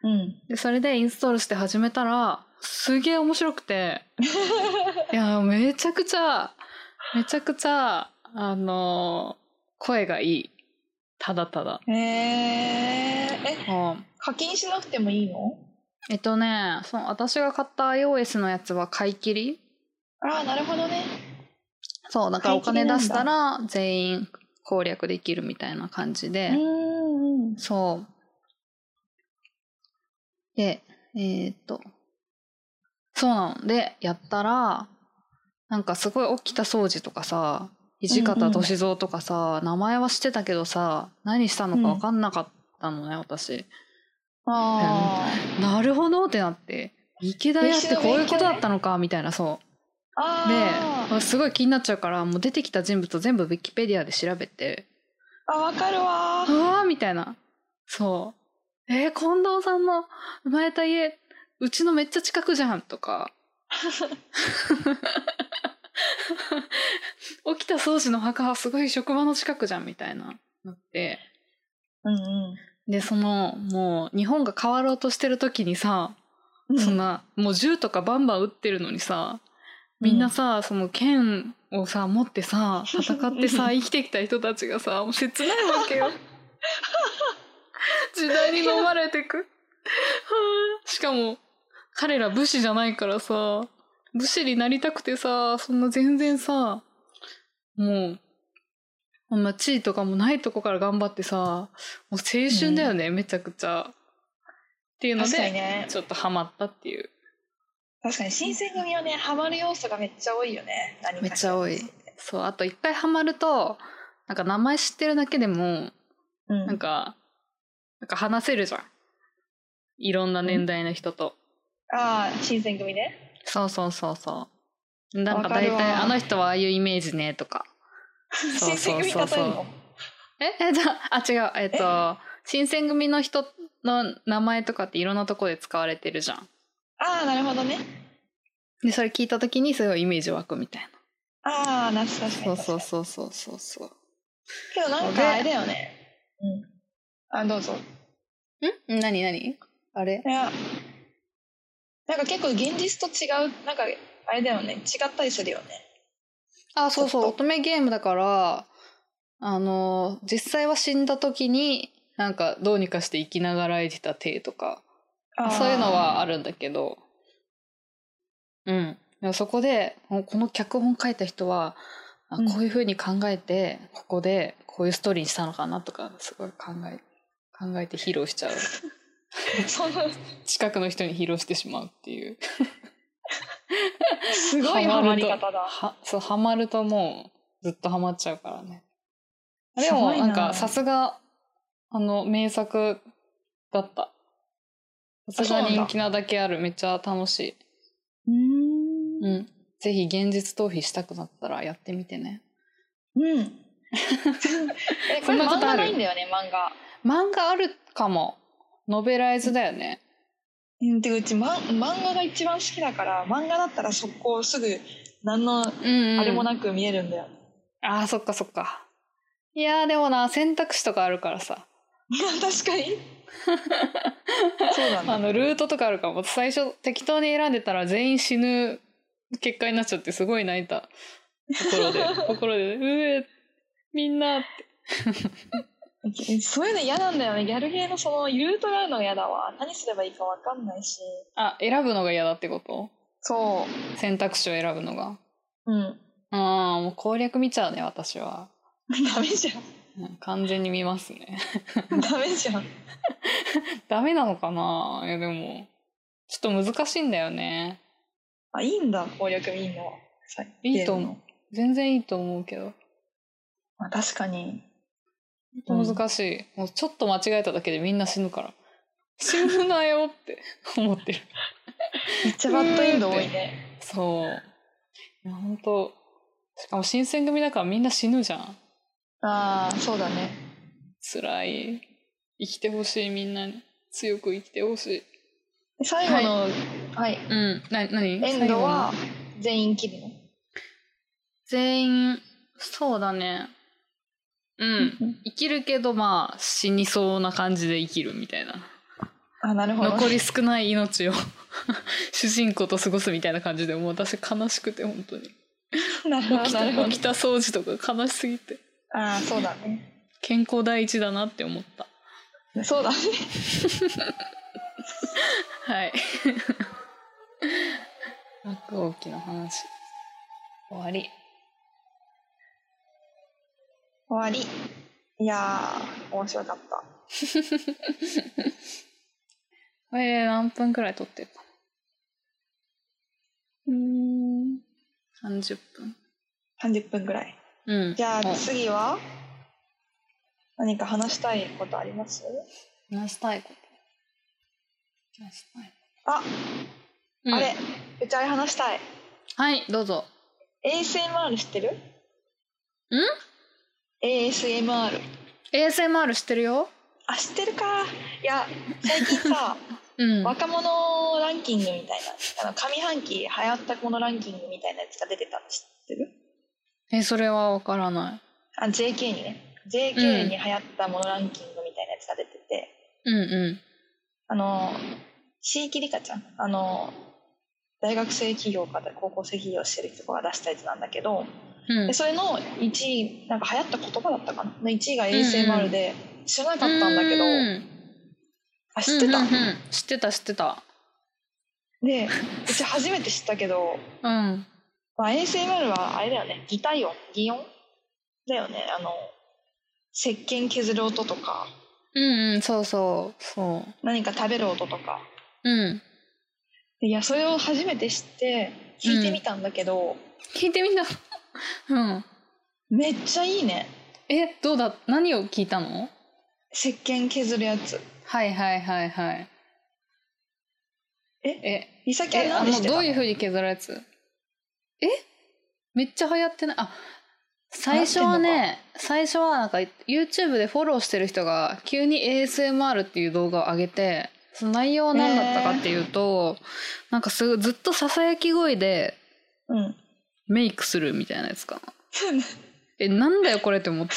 S1: うん
S2: でそれでインストールして始めたらすげえ面白
S1: (laughs)
S2: くていやめちゃくちゃめちゃくちゃあの声がいいただただ
S1: へえー、え
S2: うん
S1: 課金しなくてもいいの
S2: えっとねその私が買った iOS のやつは買い切り
S1: ああなるほどね
S2: そうだからお金
S1: 買い
S2: 出
S1: 切り
S2: し
S1: な
S2: た
S1: ん
S2: ら全員攻略できるみたいな感じで、
S1: うんうん
S2: そうでえーっとそうなのでやったらなんかすごい起きた掃除とかさ土
S1: うんう
S2: 方
S1: ん
S2: 歳三とかさ、名前は知ってたけどさ何したのか分かんなかったのね、私
S1: あ
S2: なるほどってなって池田屋ってこういうことだったのかみたいなそう
S1: ああ
S2: で
S1: あー
S2: すごい気になっちゃうからもう出てきた人物を全部ウィキペディアで調べて
S1: あわかる
S2: 「
S1: わー
S2: ああ」みたいなそう「えー、近藤さんの生まれた家うちのめっちゃ近くじゃん」とか (laughs) 起きた掃除の墓はすごい職場の近くじゃんみたいななって
S1: うんうん
S2: でそのもう日本が変わろうとしてる時にさ
S1: うん
S2: そんなもう銃とかバンバン撃ってるのにさみんなさ、その剣をさ持ってさ戦っ
S1: (laughs)
S2: てさ生きてきた人たちがさもう切ないわけよ (laughs) 時代に飲まれてくはあしかも彼ら武士じゃないからさ武士になりたくてさそんな全然さもうこんな地位とかもないとこから頑張ってさもう青春だよね、めちゃくちゃっていうので
S1: 確かにね
S2: ちょっとハマったっていう
S1: 確かに新選組はねハマる要素がめっちゃ多いよね何かしら
S2: めっちゃ多いそうあと一回ハマるとなんか名前知ってるだけでも
S1: うん
S2: なんか、なんか話せるじゃんいろんな年代の人と、
S1: ああ新選組ね
S2: そうそうそうそうなん
S1: わ
S2: か
S1: か
S2: 大
S1: るわ
S2: 体あの人はああいうイメージねとかそ
S1: 新
S2: う
S1: 選組例え
S2: そう
S1: る
S2: そう
S1: の
S2: ええじゃああ違うえっと新選組の人の名前とかっていろんなとこで使われてるじゃん
S1: ああなるほどね
S2: でそれ聞いた時にすごいイメージ湧くみたい
S1: ああな確かに確か
S2: なそう
S1: に
S2: そうそうそうそうそう
S1: けどなんかあれだよねうんあどうぞ
S2: ん何何あれ
S1: いやなんか結構現実と違うなんかあれだよね違ったりするよね
S2: あ、そうそう、
S1: ちょっ
S2: 乙女ゲームだから、あの、実際は死んだ時に、なんかどうにかして生きながらえてた体とか、
S1: あー
S2: そういうのはあるんだけど、うん。でもそこで、もうこの脚本書いた人は、あ
S1: うん
S2: こういうふうに考えて、ここでこういうストーリーにしたのかなとか、すごい考え、考えて披露しちゃう。
S1: その
S2: 近くの人に披露してしまうって (laughs) いう。
S1: すごいハマり方だ
S2: は、そう、ハマるともう、ずっとハマっちゃうからね。でも
S1: すごい
S2: な
S1: なん
S2: かさすがあの名作だったさすが人気なだけあるめっちゃ楽し
S1: うーん
S2: いうんぜひ現実逃避したくなったらやってみてね (laughs)
S1: うんえこ
S2: そん
S1: れ
S2: なこ
S1: 漫
S2: とあ
S1: 画
S2: る
S1: ないんだよね漫画
S2: 漫画あるかもノベライズだよね
S1: うんてかうち、ま、漫画が一番好きだから漫画だったら速攻すぐ何の
S2: うんうん、
S1: あれもなく見えるんだよ、
S2: あーそっかそっかいやーでもな選択肢とかあるからさ
S1: (laughs) 確か
S2: (laughs)
S1: にそうだ
S2: あ
S1: ね
S2: のルートとかあるからもう最初適当に選んでたら全員死ぬ結果になっちゃってすごい泣いた心で心でうえみんな
S1: えそういうの嫌なんだよねギャルゲーのそのルートがあるのが嫌だわ何すればいいか分かんないし
S2: あ選ぶのが嫌だってこと
S1: そ
S2: 選択肢を選ぶのが
S1: ううん (laughs)
S2: ああもう攻略見ちゃうね私は、
S1: ダメじゃ
S2: うん完全に見ますね (laughs)
S1: ん (laughs) ダメじゃん
S2: ダメなのかないやでもちょっと難しいんだよね
S1: あいいんだ攻略いいの
S2: いいと思う全然いいと思うけど
S1: まあ、確かに
S2: 難しい、もうちょっと間違えただけでみんな死ぬから死ぬなよって思ってる
S1: めっちゃバッドエンド多いね
S2: そういや本当しかも新選組だからみんな死ぬじゃん
S1: ああそうだね
S2: 辛い生きてほしいみんなに強く生きてほしい
S1: 最後のはい、
S2: うんな何
S1: エンドは全員切るの
S2: 全員そうだねうん生きるけどまあ死にそうな感じで生きるみたいな
S1: あなるほど
S2: 残り少ない命を (laughs) 主人公と過ごすみたいな感じでもう私悲しくて本当に
S1: (laughs) なるほど
S2: 起き
S1: な
S2: た
S1: るほど
S2: 起きた掃除とか悲しすぎて
S1: ああそうだね
S2: 健康第一だなって思った
S1: そうだね
S2: はい落語機の話終わり
S1: 終わりいやー面白かった
S2: これ何分くらい撮ってるか
S1: うーん
S2: な30分
S1: 30分ぐらい
S2: うん
S1: じゃあ
S2: お
S1: 次は何か話したいことあります
S2: 話したいこと話したい
S1: あ、
S2: うん
S1: あれうちあれ話したい
S2: はいどうぞ
S1: ASMR 知ってるん
S2: ん
S1: ?ASMR
S2: ASMR 知ってるよ
S1: あ知ってるかいや最近さ
S2: (laughs) うん
S1: 若者ランキングみたいなあの上半期流行ったものランキングみたいなやつが出てたの知ってる
S2: えそれはわからない
S1: あ JK にね JK に流行ったものランキングみたいなやつが出てて、
S2: うんう
S1: あの椎木里香ちゃんあの大学生企業家で高校生企業してる人が出したやつなんだけど、
S2: んうん
S1: でそれの1位なんか流行った言葉だったかなの1位が ASMR で知らなかったんだけど、
S2: うん
S1: あ知ってた、
S2: うんうんうん知ってた知ってた
S1: でうち初めて知ったけど、
S2: うん
S1: まあ、ASMR はあれだよね擬態音擬音だよねあの石鹸削る音とか
S2: うんうんそうそうそ
S1: 何か食べる音とか
S2: ううん
S1: いやそれを初めて知って聞いてみたんだけど、
S2: 聞いてみたうん
S1: めっちゃいいね
S2: えどうだ何を聞いたの
S1: 石鹸削るやつ
S2: はいはいはいはい
S1: え
S2: え
S1: 美咲は
S2: えあ
S1: 何で
S2: の
S1: してた
S2: ど
S1: の
S2: ういうふうに削るやつえめっちゃ流行ってないあ最初
S1: 流行
S2: は
S1: って
S2: ね最初はなんか YouTube でフォローしてる人が急に ASMR っていう動画を上げてその内容は何だったかっていうと、なんかすごいずっとささやき声で (laughs)
S1: うん
S2: メイクするみたいなやつかなえなんだよこれっ
S1: (laughs)
S2: て思って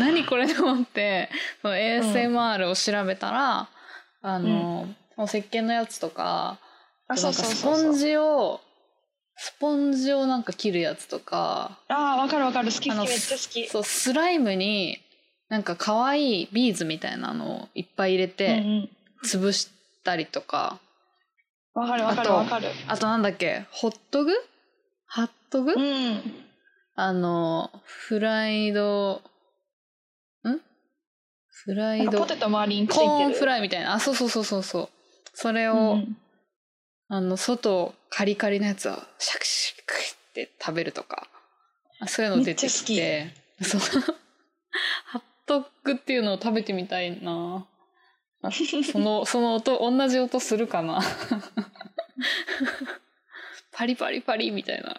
S2: 何これって思ってその ASMR を調べたら、あの、もう石鹸のやつとか
S1: あ
S2: な
S1: そ
S2: ん
S1: う
S2: か
S1: そう
S2: ス
S1: そう
S2: ポ
S1: そ
S2: ン
S1: う
S2: ジをスポンジをなんか切るやつとか
S1: あーわかるわかる好き
S2: あ
S1: 好
S2: の
S1: きめっちゃ好き
S2: そうスライムになんか可愛いビーズみたいなのをいっぱい入れ
S1: うんう
S2: て
S1: ん
S2: 潰したりとか、
S1: わかるわか
S2: あ
S1: る
S2: と
S1: わかる
S2: あとなんだっけホットグハットグ、
S1: うん
S2: あの、フライド、んフラ
S1: なん
S2: イ
S1: か
S2: ド
S1: ポ、テト周りについてる
S2: コーンフライみたいな。あ、そうそうそうそうそう。それを、
S1: うん
S2: あの、外、カリカリのやつを、シャクシャクって食べるとか。そういうの出てき
S1: め
S2: てそう (laughs) ハットクっていうのを食べてみたいなあ
S1: (laughs)
S2: そのその音同じ音するかな (laughs) パリパリパリみたいない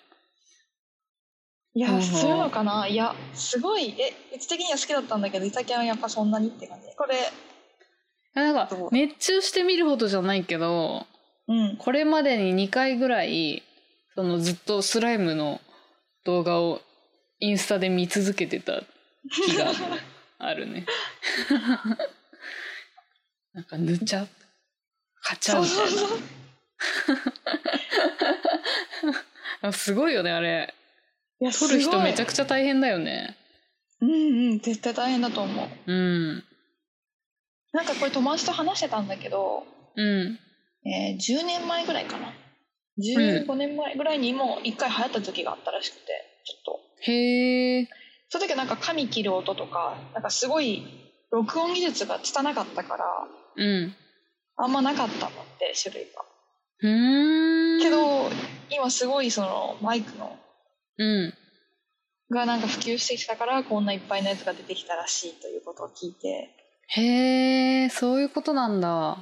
S2: うんう
S1: や
S2: ん
S1: するのかないやすごいえ位置的には好きだったんだけどイタキャンはやっぱそんなにって感じこれ
S2: なんか
S1: そう
S2: 熱中して見るほどじゃないけど
S1: うん
S2: これまでに2回ぐらいそのずっとスライムの動画をインスタで見続けてた
S1: (laughs)
S2: 気があるね (laughs) なんかぬちゃかちゃ
S1: そう
S2: みたい
S1: そう
S2: な
S1: そう
S2: あすごいよねあれ
S1: いや
S2: 撮る人めちゃ
S1: くち
S2: くちゃ大変だよね
S1: ゃうんうん絶対大変だと思う
S2: うん
S1: なんかこれ友達と話してたんだけど、
S2: うん
S1: えー10年前ぐらいかな15年前ぐらいにも一回流行った時があったらしくてちょっと
S2: へえ
S1: その時はなんか髪切る音とかなんかすごい録音技術が拙かったから
S2: うん
S1: あんまなかったんだって種類が
S2: うーん
S1: けど今すごいそのマイクの
S2: うん
S1: がなんか普及してきたからこんないっぱいのやつが出てきたらしいということを聞いて
S2: へえそういうことなんだ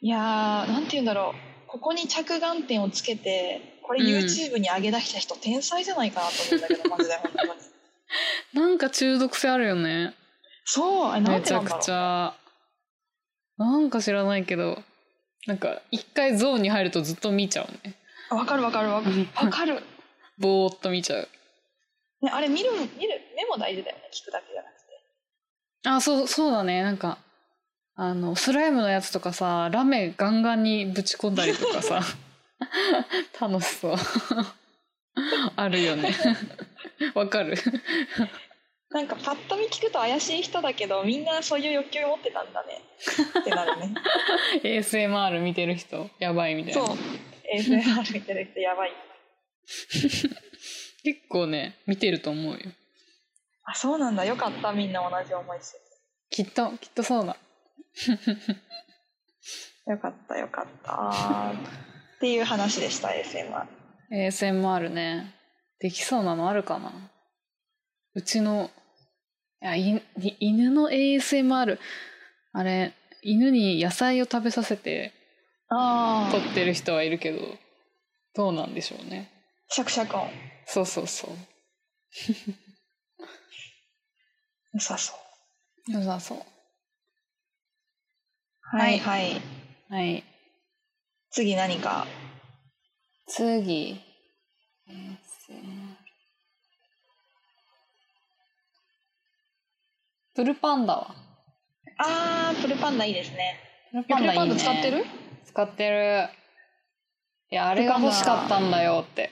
S1: いやーなんて言うんだろうここに着眼点をつけてこれ
S2: うん
S1: YouTube に上げ出した人、天才じゃないかなと思うんだけどマジで本当に
S2: なんか中毒性あるよね
S1: そうあれな
S2: め
S1: んで
S2: ち
S1: な
S2: ゃ
S1: んだろう
S2: くちゃなんか知らないけどなんか一回ゾーンに入るとずっと見ちゃうね
S1: あわかるわかるわかるわかる、
S2: ぼーっと見ちゃう
S1: ね、あれ見る見る目も大事だよね聞くだけじゃなくて
S2: あそうそうだねなんかあのスライムのやつとかさラメガンガンにぶち込んだりとか
S1: (laughs)
S2: さ楽しそうあるよねわかる
S1: なんかパッと見聞くと怪しい人だけどみんなそういう欲求持ってたんだねってなるね
S2: ASMR 見てる人や (laughs) ばいみたい
S1: そう
S2: な
S1: ASMR 見てる人やばい
S2: 結構ね見てると思うよ
S1: あそうなんだよかったみんな同じ思いして
S2: きっときっとそうだ
S1: てよかったよかったっていう話でした ASMR
S2: ASMR ねできそうなのあるかなうちのいやいい犬の ASMR あれ犬に野菜を食べさせて
S1: あ
S2: 撮ってる人はいるけどどうなんでしょうね
S1: シャクシャク音
S2: そうそうそう
S1: 良さそう
S2: 良さそう
S1: はいはい、
S2: はい
S1: 次何か
S2: 次 ASMR プルパンダは
S1: あープルパンダいいですね
S2: プル
S1: プ
S2: パン
S1: ル
S2: ダいい
S1: パン
S2: ね
S1: ダ使ってる
S2: 使ってるいやあれが欲しかったんだよって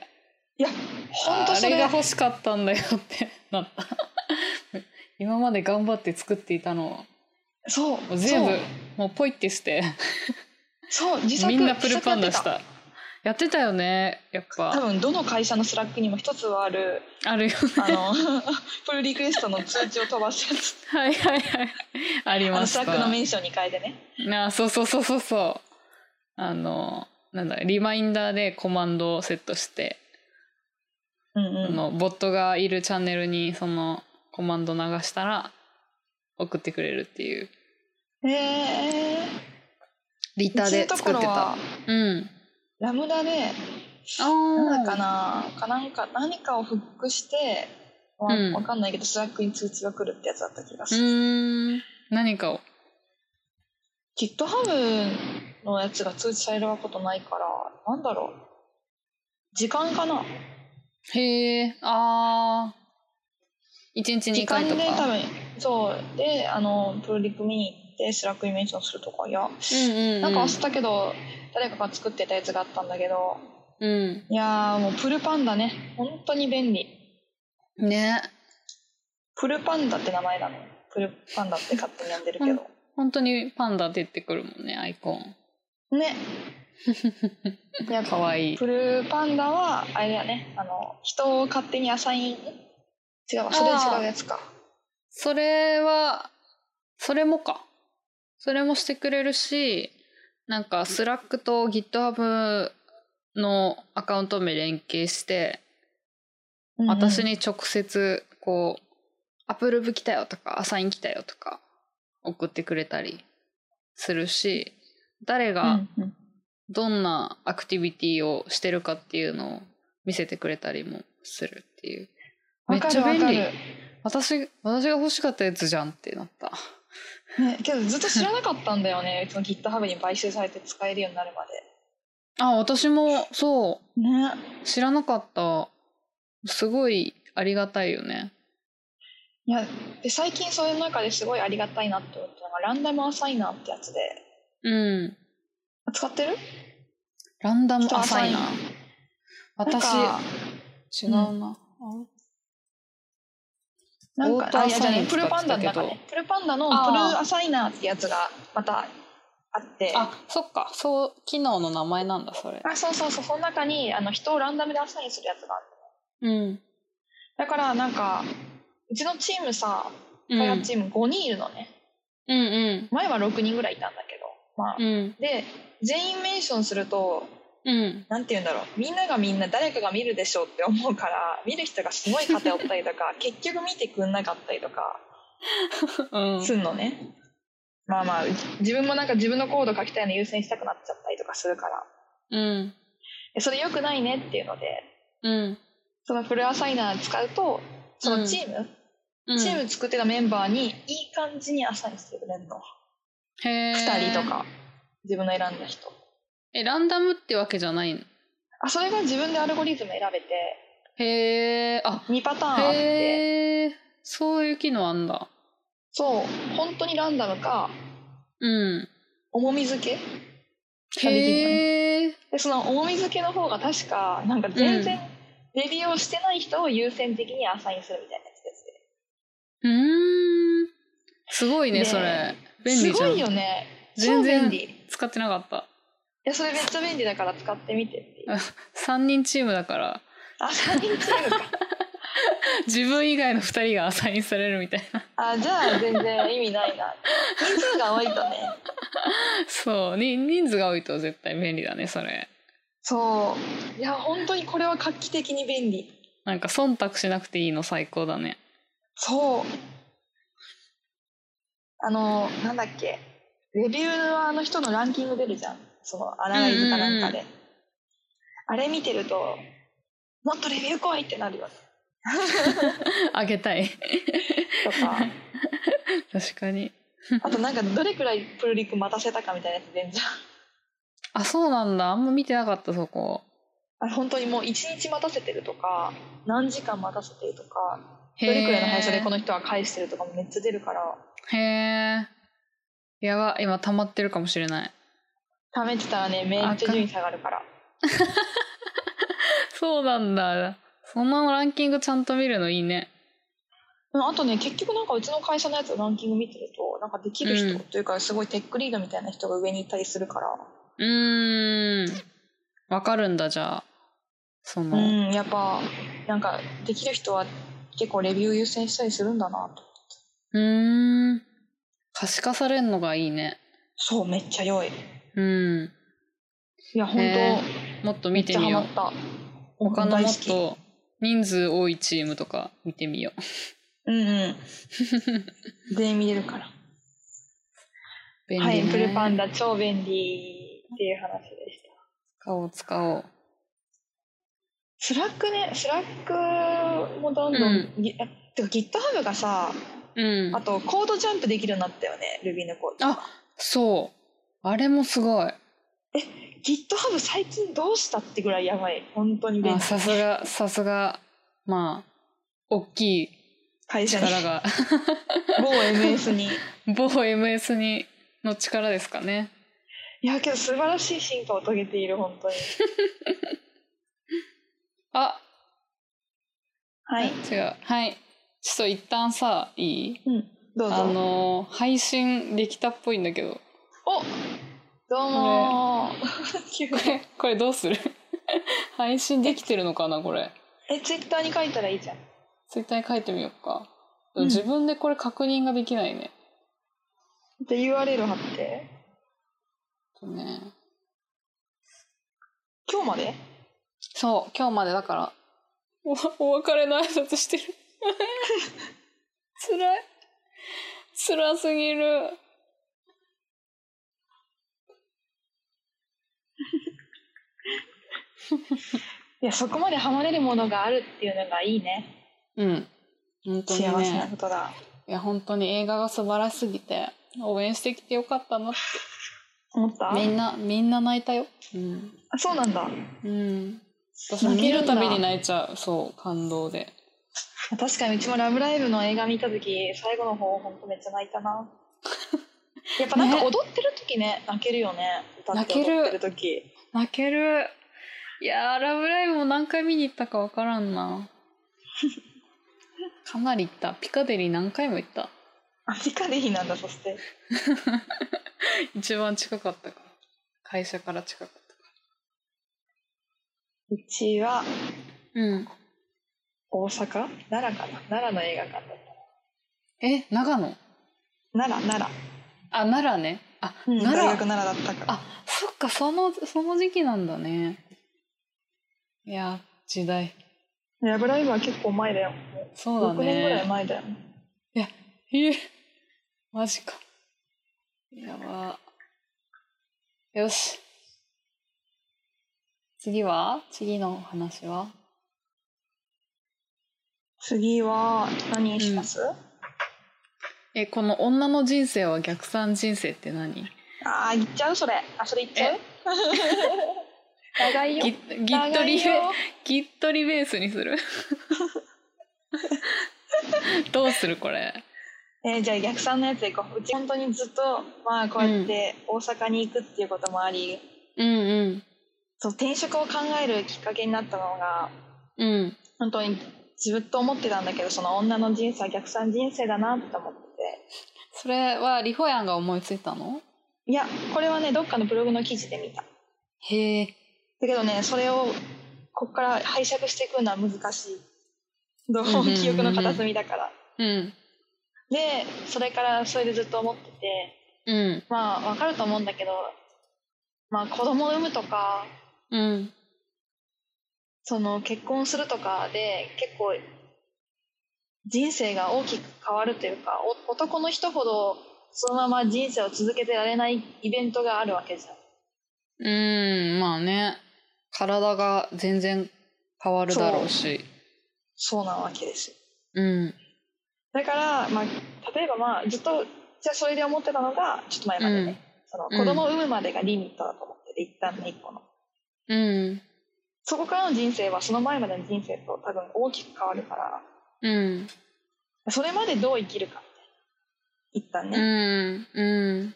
S1: いやほんと
S2: あ
S1: そ
S2: れ
S1: れ
S2: が欲しかったんだよってなった (laughs) 今まで頑張って作っていたの
S1: そう
S2: を全部
S1: そう
S2: もうポイってして
S1: そう自作
S2: みんなプルパンダし
S1: 自作やって
S2: たやってたよねやった
S1: 多
S2: ぱ
S1: 分どの会社のスラックにも一つはある
S2: あるよ
S1: あのプルリクエストの通知を飛ばすやつ
S2: (laughs) はいはい (laughs) はいあり
S1: あ
S2: ま
S1: の
S2: し
S1: スラ
S2: た
S1: ックのメンションに変えてね
S2: あそうそうそうそうそうあのなんだリマインダーでコマンドをセットして
S1: うん
S2: そ
S1: うん
S2: のボットがいるチャンネルにそのコマンド流したら送ってくれるっていう
S1: へえ
S2: リ
S1: うちのところは
S2: うん
S1: ラムダで
S2: あ
S1: なん
S2: ー
S1: だかなかなんか何かをフックしてわ,、
S2: うん
S1: かんないけどスラックに通知が来るってやつだった気が
S2: う
S1: する、
S2: ーん何かを
S1: GitHub のやつが通知されることないからなんだろう時間かな
S2: へえあー一日
S1: 時
S2: 2
S1: 間
S2: 回
S1: で
S2: とか
S1: 多分そうであのプロリク見に行ってスラックにメンションするとかいや、
S2: うんうん、うん、
S1: なんか忘れたけど誰かが作ってたやつがあったんだけど
S2: う
S1: いやーもうプルパンダね本当に便利
S2: んね
S1: プルパンダって名前なのプルパンダって勝手に呼んでるけど、
S2: 本当にパンダ出てくるもんねアイコン
S1: ねいや
S2: かわいい
S1: プルパンダはあれだねあの人を勝手にアサイン違うわそれ
S2: あー
S1: 違うやつか
S2: それはそれもかそれもしてくれるしなんかスラックと GitHub のアカウント名連携して
S1: うんうん
S2: 私に直接こう「アップルブ来たよ」とか「アサイン来たよ」とか送ってくれたりするし誰
S1: う
S2: が
S1: んうん
S2: どんなアクティビティをしてるかっていうのを見せてくれたりもするっていうめっ
S1: わか
S2: ち
S1: る
S2: ゃ
S1: わ
S2: 便
S1: かる
S2: 利私私が欲しかったやつじゃんってなった
S1: ね、けどずっと知らなかったんだよねうちの GitHub に買収されて使えるようになるま
S2: あ私もそ
S1: でね
S2: う知らなかったすごいありがたいよね
S1: いやで最近そういう中ですごいありがたいなって思ったのがランダムアサイナーってやつで
S2: うん
S1: あ使ってる
S2: ランダム
S1: 人
S2: アサ
S1: 浅
S2: イ
S1: い
S2: ナ
S1: な
S2: ー私
S1: なんか
S2: 違うな、
S1: なんか
S2: オートアサイン
S1: あいやじゃあね
S2: 使
S1: プ
S2: ってたけ
S1: ル
S2: ど
S1: パンダの中ねプルパンダの
S2: あー
S1: プルアサイナーってやつがまたあって
S2: あそっかそう機能の名前なんだそれ
S1: あそうそうそうその中にあの人をランダムでアサインするやつがある
S2: うん、
S1: だからなんかうちのチームさ
S2: う
S1: 開
S2: ん
S1: 発、チーム5人いるのね、
S2: うん
S1: 前は6人ぐらいいたんだけどまあ、
S2: うんうん
S1: で全員メンションすると
S2: うん
S1: なんて言うんだろうみんながみんな誰かが見るでしょうって思うから見る人がすごい偏ったりと
S2: (laughs)
S1: か結局見てくんなかったりとか
S2: うん
S1: すんのね、まあまあ自分もなんか自分のコード書きたいの優先したくなっちゃったりとかするから
S2: うん
S1: えそれ良くないねっていうので
S2: うん
S1: そのフルアサイナー使うとそのチーム、
S2: うん
S1: チーム作ってたメンバーにいい感じにアサインしてくれるの、
S2: へ
S1: 2人と
S2: か
S1: か自分の選んだ人
S2: えランダムってわけじゃないの
S1: あそれが自分でアルゴリズム選べて
S2: へえあ
S1: 2パターンあって
S2: へえそういう機能あんだ
S1: そう本当にランダムか
S2: うん
S1: 重み付けができるのね
S2: へえ
S1: でその重み付けの方が確かなんか全然レビューをしてない人を優先的にアサインするみたいなやつです
S2: うーんすごいね
S1: ね
S2: それ
S1: ね
S2: 便利
S1: す
S2: じゃ
S1: ご
S2: ん
S1: いよね
S2: 全
S1: 超便
S2: 然
S1: 利い
S2: 使ってなかった
S1: やそれめっちゃ便利だから使ってみてっていう
S2: 3人チームだから
S1: あ3人チーム
S2: (laughs)
S1: か
S2: 自分以外の2人がアサインされるみたいな
S1: あじゃあ全然意味ないな人数が多いとね
S2: そうに人数が多いと絶対便利だねそれ
S1: そういや本当にこれは画期的に便利
S2: なんか忖度しなくていいの最高だね (laughs)
S1: そうあのなんだっけレビューはあの人のランキング出るじゃんそのアナライズかなんかで、あれ見てるともっとレビュー来いってなるよね
S2: あげ
S1: (laughs)
S2: たい
S1: と (laughs) か
S2: 確かに
S1: あとなんかどれくらいプルリク待たせたかみたいなやつ出んじゃん
S2: あそうなんだあんま見てなかったそこ
S1: あれ本当にもう1日待たせてるとか何時間待たせてるとか
S2: へ
S1: ど
S2: ー
S1: れくらいの速さでこの人は返してるとかもめっちゃ出るから
S2: へえやば今溜まってるかもし
S1: (laughs)
S2: れない
S1: 貯めてたらねめっちゃ順位下がるから
S2: そうなんだそのランキングちゃんと見るのいいね
S1: うんあとね結局なんかうちの会社のやつランキング見てるとなんかできる人、
S2: うん
S1: というかすごいテックリードみたいな人が上にいたりするから
S2: うーんわかるんだじゃあその、
S1: うんやっぱなんかできる人は結構レビュー優先したりするんだなと
S2: うーん。可視化されるのがいいね。
S1: そうめっちゃ良いい
S2: うん。
S1: や本当、
S2: ねもっと見てみよ
S1: め
S2: う
S1: っ。ちゃハマった
S2: 他の
S1: 大
S2: も
S1: 好
S2: っ
S1: き
S2: と人数多いチームとか見てみよう。
S1: うん
S2: (laughs)
S1: うん全員見れるから、
S2: 便利
S1: はい
S2: ね。
S1: プルパンダ超便利っていう話でした
S2: 使おう使おう。
S1: スラックねスラックもどんどん、
S2: うん
S1: ぎあてか GitHub がさ
S2: うん
S1: あ。とコードジャンプできるようになったよね Ruby のコード
S2: あ、そう。あれもすごい。
S1: GitHub 最近どうしたってぐらいやばい本当に便利
S2: あ、さすが、さすが、まあ、大きい
S1: 会社に (laughs)
S2: 力が、
S1: 某 MS に
S2: 某 MS に、の力ですかね。
S1: いやけど素晴らしい進化を遂げている本当に
S2: あ、
S1: はい
S2: 違う。はい。ちょっと一旦さ、いい
S1: うんどうぞ
S2: あのー配信できたっぽいんだけど
S1: おどうもー急
S2: こ
S1: に
S2: れこれどうする (laughs) 配信できてるのかなこれ
S1: (laughs) えツイッターに書いたらいいじゃん
S2: ツイッターに書いてみようか、
S1: うん
S2: 自分でこれ確認ができないね
S1: で URL 貼って
S2: ちょっとね
S1: 今日まで
S2: そう今日までだからおお別れの挨拶してる (laughs) 辛い辛すぎる
S1: いやそこまでハマれるものがあるっていうのがいいね
S2: うん本当に、ね、
S1: 幸せなことだ
S2: いや本当に映画が素晴らしすぎて応援してきてよかったなって
S1: 思った
S2: みんなみんな泣いたようん、
S1: あそうなんだ
S2: うん、私
S1: 泣
S2: 泣
S1: け
S2: け
S1: る
S2: る
S1: んだ
S2: たびに泣いちゃうそう感動で
S1: 確かにうちも「ラブライブ!」の映画見た時最後の方ほんとめっちゃ泣いた
S2: (laughs)
S1: なやっぱなんか
S2: ね
S1: 踊ってる時ね泣けるよね歌って
S2: 泣ける
S1: 踊ってる時
S2: 泣けるいやー「ラブライブ!」も何回見に行ったか分から
S1: (laughs)
S2: んなかなり行ったピカデリー何回も行った
S1: アメリカでいいなんだそして
S2: 一番近かったから会社から近かったか
S1: うちは
S2: らうん
S1: 大阪奈良かな奈良の映画館だっ
S2: え長野
S1: た奈良奈
S2: あ奈良ねあ、
S1: 良、うん、大
S2: 奈
S1: 学
S2: 良
S1: 奈良だったから
S2: あそっかそのその時期なんだねいやー時代
S1: ラブライブは結構前だよ。
S2: そうだ
S1: 六
S2: ね
S1: 年ぐらい前だよ。
S2: えマジか。やば。よし。次は次の話は
S1: 次は何します？
S2: え、この女の人生は逆算人生って何
S1: ああ行っちゃうそれ。あそれ行っちゃう？ (laughs) 長いよ。
S2: ギギットリ
S1: 長い
S2: (laughs) ベ
S1: よ、
S2: ギットリベースにする (laughs) どうするこれ。
S1: えーじゃあ逆算のやつ行こう。うち本当にずっとまあこうやって大阪に行くっていうこともあり、
S2: うんうん。
S1: そう転職を考えるきっかけになったのが
S2: うん。
S1: 本当にずっと思ってたんだけど、その女の人生は逆算人生だなって思ってて。
S2: それはリホヤンが思いついたの
S1: いやこれはねどっかのブログの記事で見た。
S2: へえ。
S1: だけどねそれをここから拝借していくのは難しいどう
S2: うんうんうんうん
S1: 記憶の片隅だから
S2: うん。
S1: でそれからそれでずっと思ってて
S2: うん。
S1: まあわかると思うんだけどまあ子供を産むとか
S2: うん。
S1: その結婚するとかで結構人生が大きく変わるというかお男の人ほどそのまま人生を続けてられないイベントがあるわけじゃん
S2: うーん、まあね。体が全然変わるだろうし。
S1: そうなわけですよ
S2: うん。
S1: だから、まあ、例えばまあずっとじゃあそれで思ってたのがちょっと前までね、
S2: うん
S1: その
S2: うん
S1: 子供を産むまでがリミットだと思ってて一旦の一個の
S2: うん。
S1: そこからの人生はその前までの人生と多分大きく変わるから
S2: うん。
S1: それまでどう生きるかみたいな一旦
S2: う
S1: ね、
S2: ん。うん。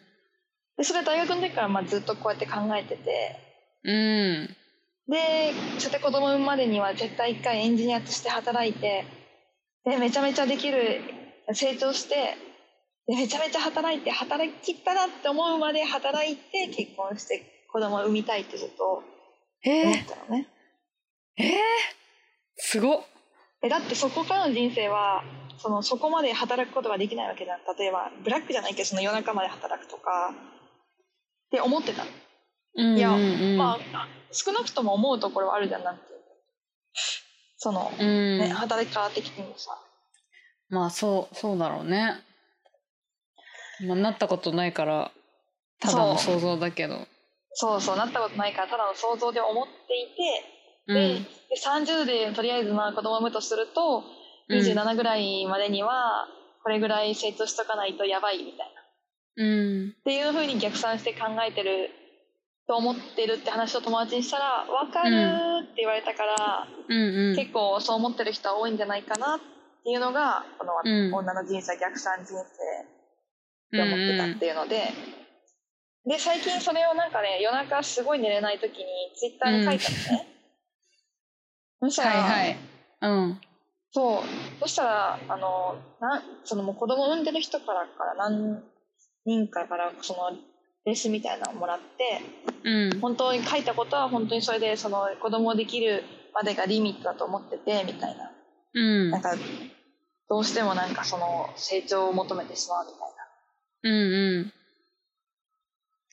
S1: でそれ大学の時からまあずっとこうやって考えてて
S2: うん。
S1: でそして子供を産むまでには絶対一回エンジニアとして働いてでめちゃめちゃできる成長してでめちゃめちゃ働いて働ききったなって思うまで働いて結婚して子供を産みたいってずっと
S2: え
S1: 思っ
S2: ー、
S1: たのね
S2: えー、すごっ。
S1: えだってそこからの人生はそのそこまで働くことができないわけじゃん例えばブラックじゃないけどその夜中まで働くとかって思ってた、
S2: うん
S1: いや
S2: うんうん、
S1: まあ少なくとも思うところはあるじゃんなんていうかその、
S2: うん、
S1: ね、働き方的にもさ
S2: まあそう、そうだろうね。まあ、なったことないから、ただの
S1: そう
S2: 想像だけど。
S1: そうそうなったことないからただの想像で思っていて、
S2: う
S1: で
S2: ん。
S1: で30でとりあえずまあ子供を産むとすると27ぐらいまでにはこれぐらい成長しとかないとやばいみたいなっ
S2: うん。
S1: ていうふうに逆算して考えてると思ってるって話を友達にしたら「わかる」って言われたから、
S2: うん。うん。
S1: 結構そう思ってる人は多いんじゃないかなっていうのがこの
S2: うん
S1: 女の人生逆算人生って
S2: うん
S1: 思ってたっていうので、で最近それをなんかね夜中すごい寝れない時にツイッターに書いたの
S2: (laughs)
S1: ね、そした
S2: は
S1: ら、
S2: いはい。うん。
S1: そうそしたらあのなんそのもう子供産んでる人からから何人かからそのレースみたいなのをもらって
S2: うん。
S1: 本当に書いたことは本当にそれでその子供できるまでがリミットだと思っててみたいな
S2: うん。
S1: なんかどうしてもなんかその成長を求めてしまうみたいな
S2: うんうん。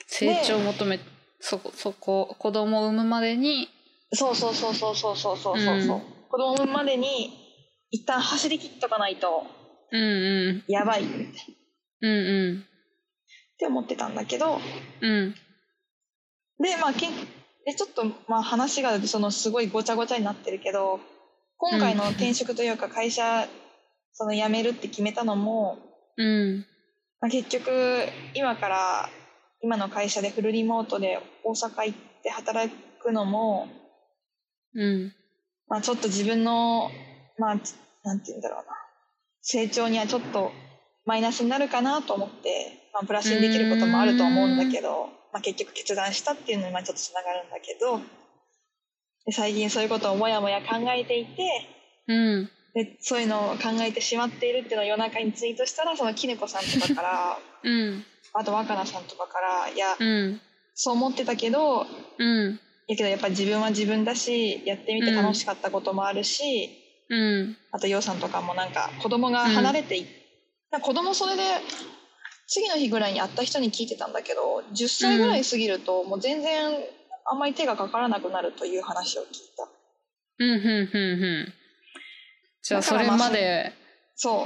S2: 成長を求め、そこ、そこ、子供を産むまでに、
S1: そうそうそうそうそうそうそうそうそう
S2: うん
S1: 子供までに一旦走り切っとかないと
S2: うんうん
S1: やばいみたいなっ
S2: うん
S1: て思ってたんだけど
S2: うんうん
S1: でまあけんでちょっとまあ話がそのすごいごちゃごちゃになってるけど今回の転職というか会社その辞めるって決めたのも、
S2: うん
S1: まあ、結局今から今の会社でフルリモートで大阪行って働くのも、
S2: うん
S1: まあ、ちょっと自分のまあちなんて言うんだろうな成長にはちょっとマイナスになるかなと思って、まあ、プラスにできることもあると思うんだけど、まあ、結局決断したっていうのにまあちょっとつながるんだけどで最近そういうことをもやもや考えていて
S2: うん
S1: でそういうのを考えてしまっているっていうのを夜中にツイートしたらそのきねこさんとかから (laughs)
S2: うん
S1: あと若菜さんとかからいや
S2: うん
S1: そう思ってたけど
S2: うん
S1: やけどやっぱ自分は自分だしやってみて楽しかったこともあるし、
S2: うん
S1: あと洋さんとかもなんか子供が離れてい、なんか子供それで次の日ぐらいに会った人に聞いてたんだけど10歳ぐらい過ぎるともう全然あんまり手がかからなくなるという話を聞いた
S2: うんうんうんうんじゃあそれまで
S1: そう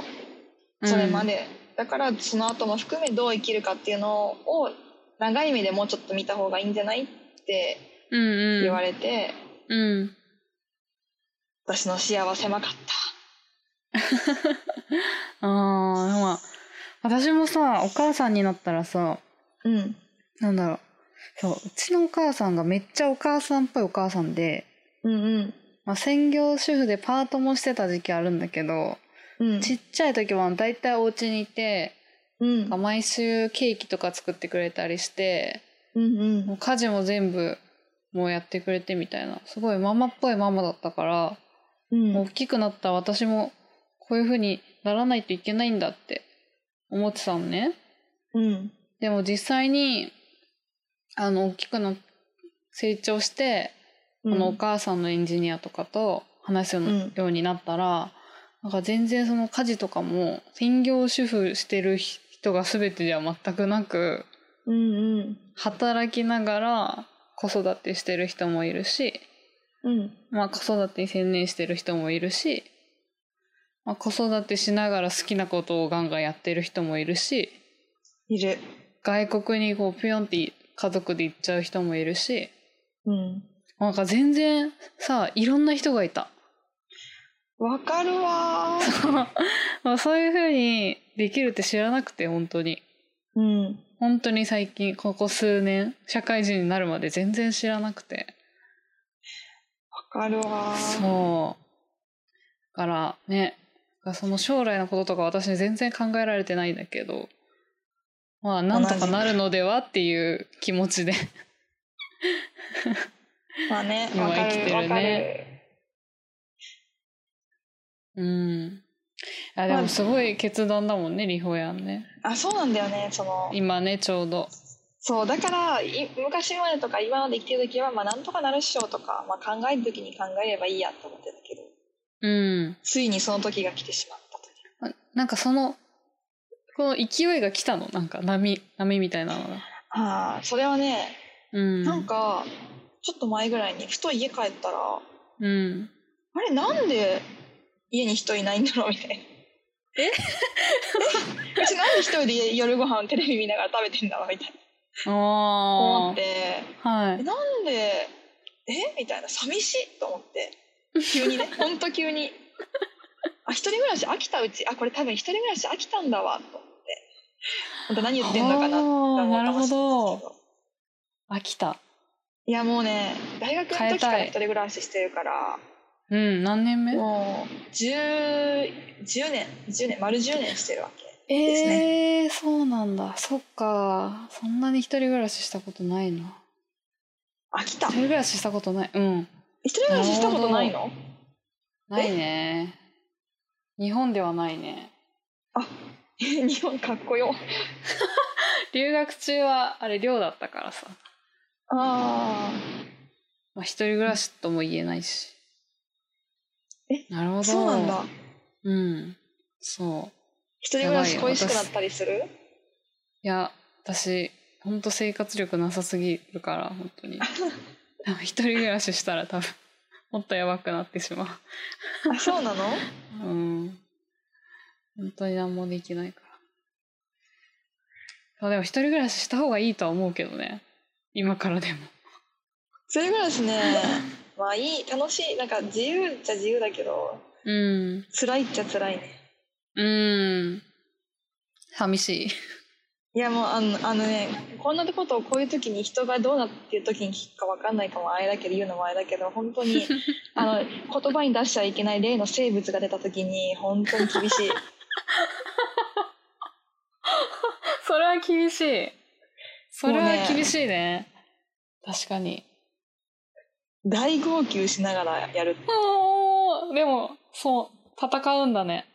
S2: うん
S1: それまで、だからその後も含めどう生きるかっていうのを長い目でもうちょっと見た方がいいんじゃないって
S2: うんうん
S1: 言われて、
S2: うん
S1: 私の幸せまかった
S2: あーまあ私もさお母さんになったらさ
S1: うん
S2: なんだろうそううちのお母さんがめっちゃお母さんっぽいお母さんで、
S1: うんうん
S2: まあ、専業主婦でパートもしてた時期あるんだけど
S1: うん
S2: ちっちゃい時はだいたいお家にいて
S1: うん
S2: なんか毎週ケーキとか作ってくれたりして
S1: うんうん
S2: もう家事も全部もうやってくれてみたいなすごいママっぽいママだったから、
S1: うん
S2: 大きくなった私もこういう風にならないといけないんだって思ってたのね
S1: うん
S2: でも実際にあの大きくな成長して、
S1: うん
S2: あのお母さんのエンジニアとかと話すよう
S1: うん
S2: ようになったら、なんか全然その家事とかも専業主婦してる人が全てでは全くなく
S1: うんうん
S2: 働きながら子育てしてる人もいるし、
S1: うん
S2: まあ、子育てに専念してる人もいるし、まあ、子育てしながら好きなことをガンガンやってる人もいるし
S1: いる。
S2: 外国にこうピョンって家族で行っちゃう人もいるし
S1: うん。
S2: なんか全然さいろんな人がいた
S1: わかるわー。
S2: (laughs) まあそういう風にできるって知らなくて本当に
S1: うん。
S2: 本当に最近ここ数年社会人になるまで全然知らなくて
S1: わかるわー。
S2: そう。だからね、その将来のこととか私全然考えられてないんだけど、まあなんとかなるのではっていう気持ちで。
S1: まあね、
S2: 今
S1: わか
S2: 生きて
S1: る。
S2: る
S1: わかる
S2: ね。うん。あで
S1: ま
S2: も
S1: あ
S2: すごい決断だもんね、リホヤンね。
S1: あ、そうなんだよね。その、
S2: 今ね、ちょうど。
S1: そう、だから、い昔までとか今まで生きてる時は、まあなんとかなるっしょとか、まあ考える時に考えればいいやと思ってたけど、
S2: うん。
S1: ついにその時が来てしまったとい
S2: あなんかその、この勢いが来たのなんか波、波みたいなのが。
S1: う。ああ、それはね、
S2: うん。
S1: なんか、ちょっと前ぐらいに、ふと家帰ったら、
S2: うん。
S1: あれなんで家に人いないんだろうみたいな。
S2: え
S1: (laughs) えうちなんで一人で夜ご飯テレビ見ながら食べてんだろうみたいな思
S2: あ
S1: って
S2: あ。は
S1: え
S2: い。
S1: なんでえみたいな寂しいと思って急
S2: (laughs)
S1: にねほんと急にあ一人暮らし飽きたうちあこれ多分一人暮らし飽きたんだわと思って本当何言ってんのかなって思うかもしれ
S2: あーな
S1: ない
S2: る
S1: け
S2: ほ
S1: ど
S2: あ、来た。
S1: いやもうね大学の時か
S2: 変えた
S1: ら
S2: い
S1: 一人暮らししてるから
S2: うん、何年目
S1: もう 10, 10年10年丸10年してるわけです
S2: ええー、そうなんだ。そっか。そんなに一人暮らししたことないな。
S1: 飽きた
S2: 一人暮らししたことない。うん。
S1: 一人暮らししたことないの
S2: ないね。日本ではないね。
S1: (laughs) 日本かっこよ
S2: 留学中は、あれ、寮だったからさ。
S1: あ
S2: まあ、一人暮らしとも言えないし。
S1: え
S2: なるほ
S1: あ
S2: ど。
S1: そうなんだ。
S2: うん。そう。
S1: 一人暮らし恋しくなったりする
S2: いや、私、ほんと (laughs) 生活力なさすぎるから、本当に。多分一人暮らししたら多分、もっとやばくなってしまう。
S1: あそうなの
S2: うん。本当に何もできないから。そうでも一人暮らしした方がいいとは思うけどね。今からでも。
S1: それぐらいですね (laughs) まあいい楽しいなんか自由っちゃ自由だけど
S2: うん。
S1: 辛いっちゃ辛いね
S2: うん。寂しい。
S1: いやもうあのあのねこんなことをこういう時に人がどうなっていう時に聞くかわかんないかもあれだけど言うのもあれだけど本当
S2: (laughs)
S1: にあの言葉に出しちゃいけない例の生物が出た時に本当に厳し
S2: (laughs)
S1: い
S2: (laughs) それは厳しい。それ
S1: もう
S2: は
S1: ね
S2: 厳しいね。確かに。
S1: 大号泣しながらやる
S2: あーでも、そう、戦うんだね。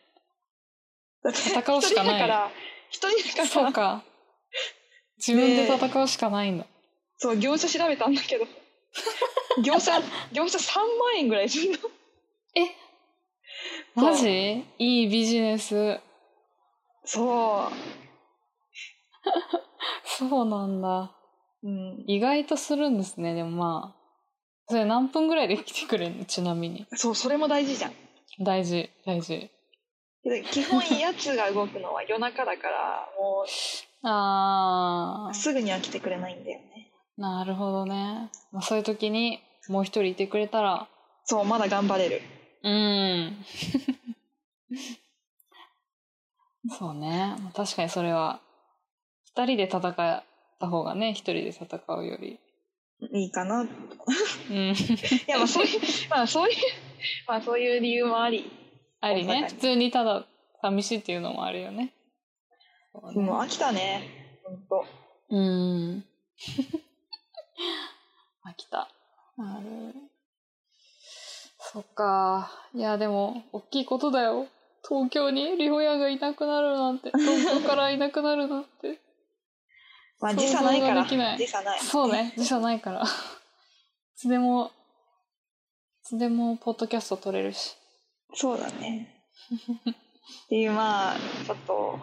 S1: だって
S2: 戦うしかない
S1: 一人だから一人だか
S2: そう
S1: ら
S2: か。自分で戦うしかないんだ。
S1: そう業者調べたんだけ
S2: (laughs)
S1: ど業者業者3万円ぐらいするのそう
S2: マジいいビジネス。
S1: そ
S2: そうなんだ。
S1: ううん
S2: 意外とするんですね、でもまあ。それ何分ぐらいで来てくれるのちなみに。
S1: そうそれも大事じゃん
S2: 大事、大事。
S1: で基
S2: (laughs)
S1: 本やつが動くのは夜中だからも
S2: あ
S1: う
S2: ー、
S1: すぐには来てくれないんだよね
S2: なるほどね。まあ、そういう時にもう一人いてくれたら、
S1: そうまだ頑張れる
S2: うん。そうね。まあ確かにそれは、二人で戦った方がね、一人で戦うより。
S1: いいかな (laughs) い (laughs)
S2: うん。
S1: やまあそういうまあそういうまあそういう理由もあり
S2: あり
S1: 大阪
S2: ね
S1: に。
S2: 普通にただ寂しいっていうのもあるよね。そうね
S1: もう飽きたね本当
S2: うーん。 (laughs) 飽きた。ある。そっか。いや、でも、大きいことだよ。東京にリホヤがいなくなるなんて、東京からいなくなるなんて。
S1: まあ
S2: 想
S1: 時
S2: 像
S1: 差ないか
S2: が
S1: ら
S2: できない
S1: 時差ない
S2: そうね、時差ないから。いつでも、いつでも、ポッドキャスト撮れるし。
S1: そうだねっていうまあちょっと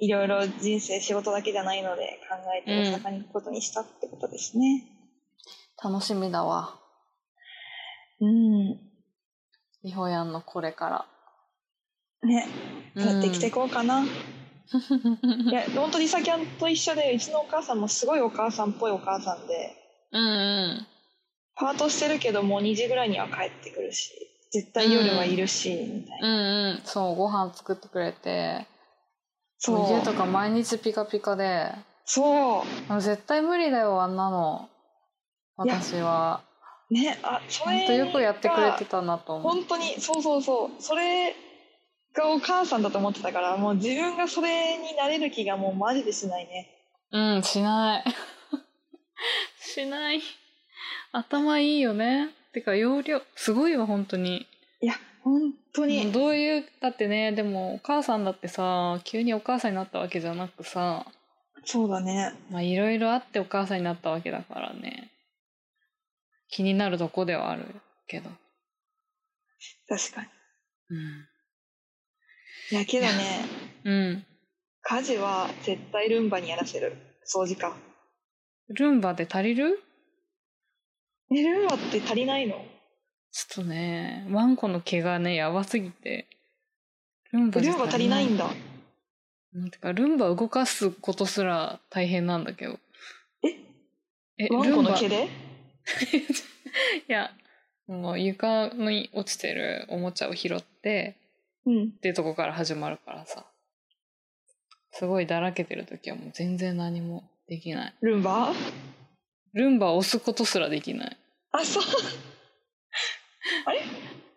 S1: いろいろ人生仕事だけじゃないので考えて大阪に行くことにしたってことですね
S2: 楽しみだわ。
S1: うん
S2: リホヤンのこれから。
S1: ねやってきて
S2: う
S1: いこうかな、 (laughs)
S2: ん
S1: いや本当リサキャンと一緒でうちのお母さんもすごいお母さんっぽいお母さんで
S2: うんうん。
S1: パートしてるけどもう2時ぐらいには帰ってくるし絶対夜はいるし、みたいな
S2: うんうん。そう、ご飯作ってくれて、
S1: そ
S2: もう家と
S1: う
S2: か毎日ピカピカで、
S1: そ
S2: もう絶対無理だよ、あんなの。
S1: いや
S2: 私は。
S1: うねあそ
S2: ほ
S1: れ
S2: んとよくやってくれてたなと思う。
S1: 本当にそうそうそうそれがお母さんだと思ってたからもう自分がそれになれる気がもうマジでしないね
S2: うん、しない。 (laughs) しない。頭いいよね。てか、容量、すごいわ、本当に。
S1: いや本当に、
S2: もうどういう、だってね、でも、お母さんだってさ、急にお母さんになったわけじゃなくさ、
S1: そうだね
S2: まあ、いろいろあってお母さんになったわけだからね。気になるとこではあるけど。
S1: 確かに
S2: うん。
S1: いやけどね
S2: うん。
S1: 家事は絶対ルンバにやらせる掃除か
S2: ルンバで足りる
S1: えルンバって足りないの
S2: ちょっとね、ワンコの毛がね、やばすぎて。ルンバじ
S1: ル
S2: ゃ
S1: ンバ足りないんだ
S2: うんてか、ルンバ動かすことすら大変なんだけど。え
S1: ワンコの毛で
S2: いや、もう床に落ちてるおもちゃを拾って、
S1: うん
S2: っていうとこから始まるからさ。すごいだらけてる時はもう全然何もできない。
S1: ルンバ
S2: ルンバを押すことすらできない。
S1: あそう (laughs) あれ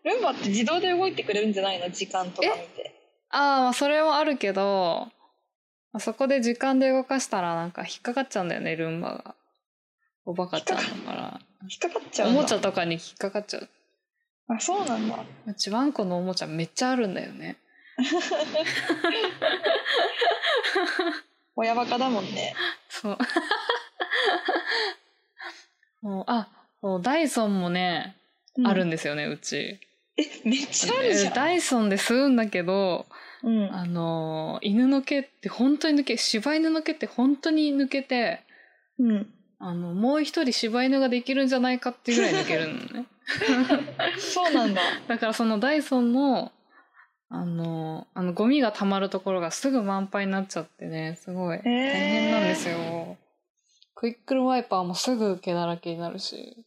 S1: ルンバって自動で動いてくれるんじゃないの時間とか見て
S2: ああ、まあそれもあるけど、まあそこで時間で動かしたらなんか引っかかっちゃうんだよね、ルンバが。おバカちゃんだか
S1: 引っかかっち
S2: ら。
S1: ゃ
S2: お
S1: うんだ
S2: もちゃとかに引っかかっちゃう。
S1: あそうなんだ
S2: うちワンコのおもちゃめっちゃあるんだよね。
S1: 親バカだもんね
S2: (laughs) そう。もうあ、そうダイソンもね、あるんですよね、うち。
S1: えめっちゃあるじゃん、
S2: ダイソンで吸うんだけど、
S1: うん、
S2: あのー犬の毛って本当に抜け、柴犬の毛って本当に抜けて、
S1: うん、
S2: あのもう一人柴犬ができるんじゃないかっていうぐらいできるのね (laughs)
S1: そうなんだ。
S2: だからそのダイソンのあのあのゴミがたまるところがすぐ満杯になっちゃってねす (laughs) ごい大変なんですよ、クイックルワイパーもすぐ毛だらけになるし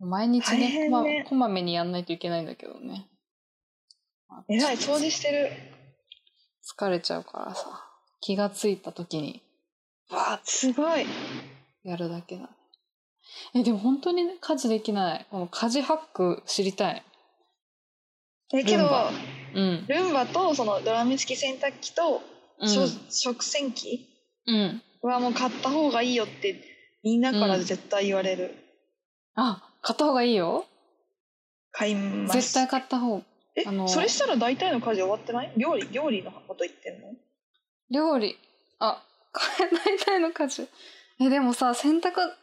S2: 毎日
S1: 大
S2: ね
S1: 変
S2: こま
S1: ね
S2: こまめにやんないといけないんだけどね
S1: えらい掃除してる。
S2: 疲れちゃうからさ気がついた時に
S1: わあ、すごい。
S2: やるだけだねえでも本当にね家事できないこの家事ハック知りたい
S1: えけ
S2: ルン
S1: ど
S2: バうん
S1: ルンバとそのドラム式洗濯機と、
S2: うん
S1: 食食洗機
S2: うん
S1: はもう買った方がいいよってみんなから絶対言われる。
S2: あ買った方がいいよ
S1: 買います。
S2: 絶対買った方
S1: え、
S2: あの
S1: それしたら大体の家事終わってない料理料理のこと言ってんの
S2: 料理あ買えないたいの家事えでもさ洗濯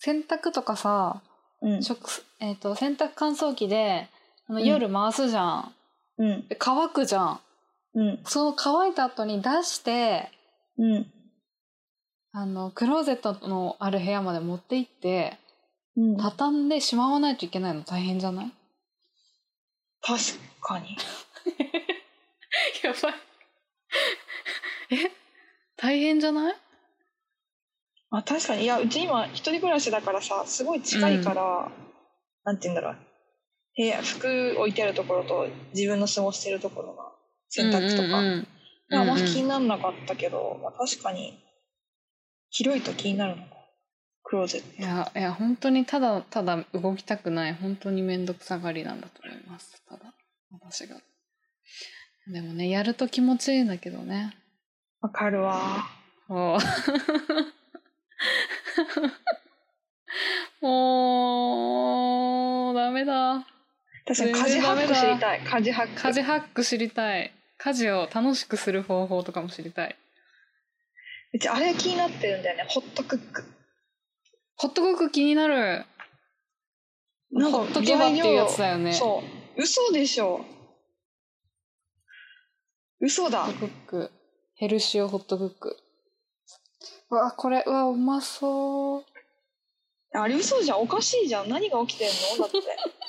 S2: 洗濯とかさ
S1: うん
S2: 食すえっと洗濯乾燥機であの
S1: うん
S2: 夜回すじゃん、
S1: うん
S2: で乾くじゃん
S1: うん
S2: その乾いた後に出して
S1: うん
S2: あのクローゼットのある部屋まで持って行って
S1: うん確
S2: 畳んでしまわないといけないの大変じゃない
S1: かに
S2: (laughs) やばいえ大変じゃない
S1: あ確かにいやうち今一人暮らしだからさすごい近いから、なんて言うんだろう部屋服置いてあるところと自分の過ごしてるところが洗濯とか、
S2: うんうんうん
S1: まああんま
S2: うんうん
S1: 気にならなかったけど、まあ、確かに広いと気になるのかクローゼット
S2: いやいや本当にただただ動きたくない本当に面倒くさがりなんだと思いますただ私がでもねやると気持ちいいんだけどね
S1: わかるわ
S2: おーもうダメだ
S1: 確かに家事ハック知りたい家事ハック
S2: 家事ハック知りたい家事を楽しくする方法とかも知りたいう
S1: ちあれ気になってるんだよねホットクック
S2: ホットクック気になる
S1: なんか
S2: ほっとけばっていうやつだよねホ
S1: そう嘘でしょ嘘だ
S2: ットクックヘルシオホットクックうわこれうわうまそう
S1: あれ嘘じゃんおかしいじゃん何が起きてんのだって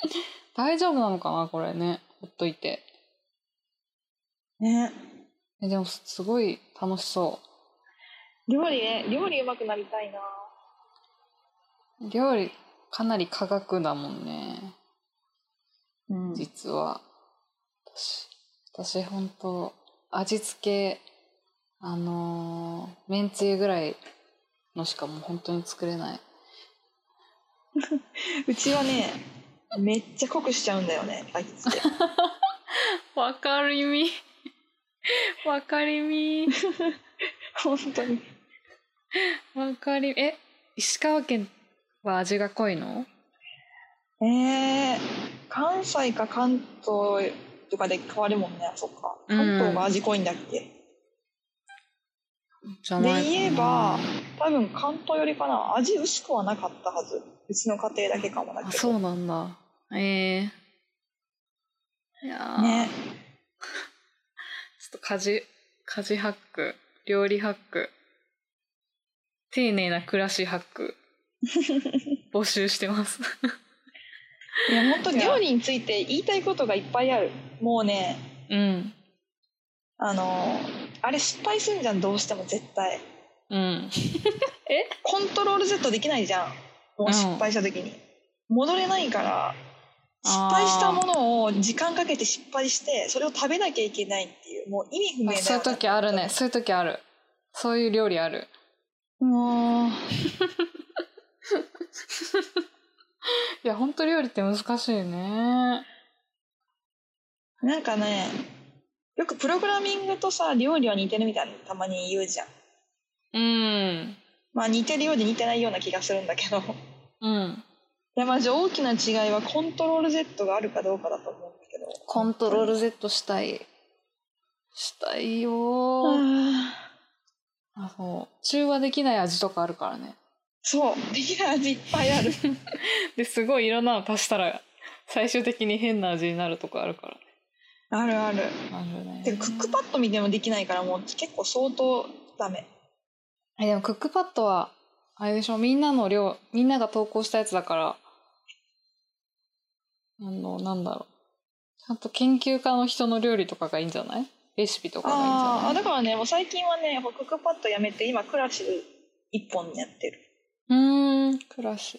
S2: (laughs) 大丈夫なのかなこれねほっといて
S1: ね
S2: えでもすすごい楽しそ
S1: 料理ね料理うまくなりたいな
S2: う料理かなり科学だもんね
S1: うん
S2: 実は私私本当味付けあのー、めんつゆぐらいのしかもう本当に作れないう
S1: ちはねめっちゃ濃くしちゃうんだよねあいつって
S2: (laughs) わかる意味 (laughs) わかりみ
S1: 本当に
S2: わかりえ石川県は味が濃いの
S1: えー、関西か関東とかで変わるもんねそっか関東が味濃いんだっけ、
S2: じゃ
S1: で
S2: ないかな
S1: 言えば多分関東よりかな味薄くはなかったはずうちの家庭だけかもだけど
S2: あそうなんだええいやー
S1: ね
S2: ちょっと家事家事ハック料理ハック丁寧な暮らしハッ
S1: (laughs)
S2: ク募集してます
S1: いや本当
S2: いや
S1: 料理について言いたいことがいっぱいあるもうね
S2: うん
S1: あのあれ失敗すんじゃんどうしても絶対
S2: うん
S1: コントロール Z できないじゃんもう失敗した時に、戻れないから失敗したものを時間かけて失敗してそれを食べなきゃいけないっていうもう意味不明
S2: あ
S1: だよ、ね、
S2: そういう時あるねそういう時あるそういう料理ある
S1: もう
S2: いや本当料理って難しいね
S1: なんかねよくプログラミングとさ料理は似てるみたいにたまに言うじゃん
S2: うん
S1: まあ似てるようで似てないような気がするんだけど (laughs)
S2: うん
S1: いやまず大きな違いはコントロール Z があるかどうかだと思うんだけど
S2: コントロール Z したいしたいよー
S1: あー
S2: あそう中和できない味とかあるからね
S1: そうできない味いっぱいある
S2: ですごいいろんなの足したら最終的に変な味になるとこあるから
S1: あるある
S2: あるね
S1: でクックパッド見てもできないからもう結構相当ダメ
S2: えでもクックパッドはあれでしょみんなの量みんなが投稿したやつだからあのなんだろうちゃんと研究家の人の料理とかがいいんじゃないレシピとかがいいんじ
S1: あーあ
S2: ゃ
S1: だ
S2: ない
S1: からねもう最近はねもうクックパッドやめて今クラシル一本やってる
S2: うーんクラシ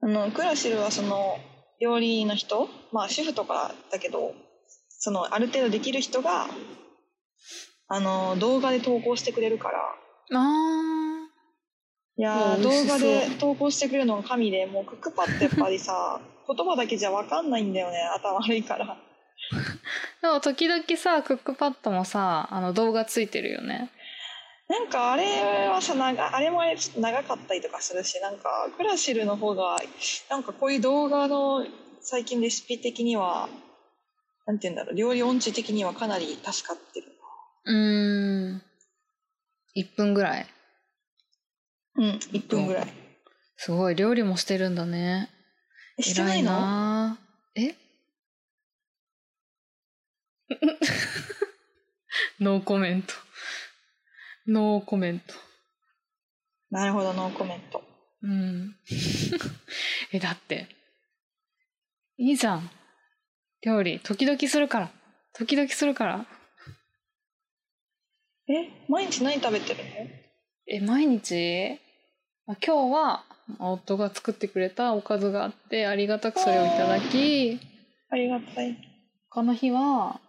S1: あのクラシルはその料理の人まあ主婦とかだけどそのある程度できる人があの動画で投稿してくれるから
S2: あ
S1: いや
S2: う
S1: ー
S2: ん美
S1: 動
S2: 味しそ
S1: 画
S2: う
S1: で投稿してくれるのが神でもうクックパッドやっぱり
S2: (laughs)
S1: さ言葉だけじゃ分かんないんだよね頭悪いから
S2: ーでも時々さクックパッドもさあの動画ついてるよね
S1: なんかあれはさ長あれもあれちょっと長かったりとかするしなんかクラシルの方がなんかこういう動画の最近レシピ的にはなんて言うんだろう料理音痴的にはかなり助かってる
S2: うーん1分ぐらい
S1: うん1分ぐらい
S2: すごい料理もしてるんだね
S1: えしてないの
S2: 偉なあえ (laughs) ノーコメントノーコメント
S1: なるほどノーコメント
S2: うん (laughs) えだっていいじゃん料理時々するから時々するから
S1: え毎日何食べてるの
S2: え毎日あ今日は夫が作ってくれたおかずがあってありがたくそれをいただき
S1: ありがたい
S2: 他の日は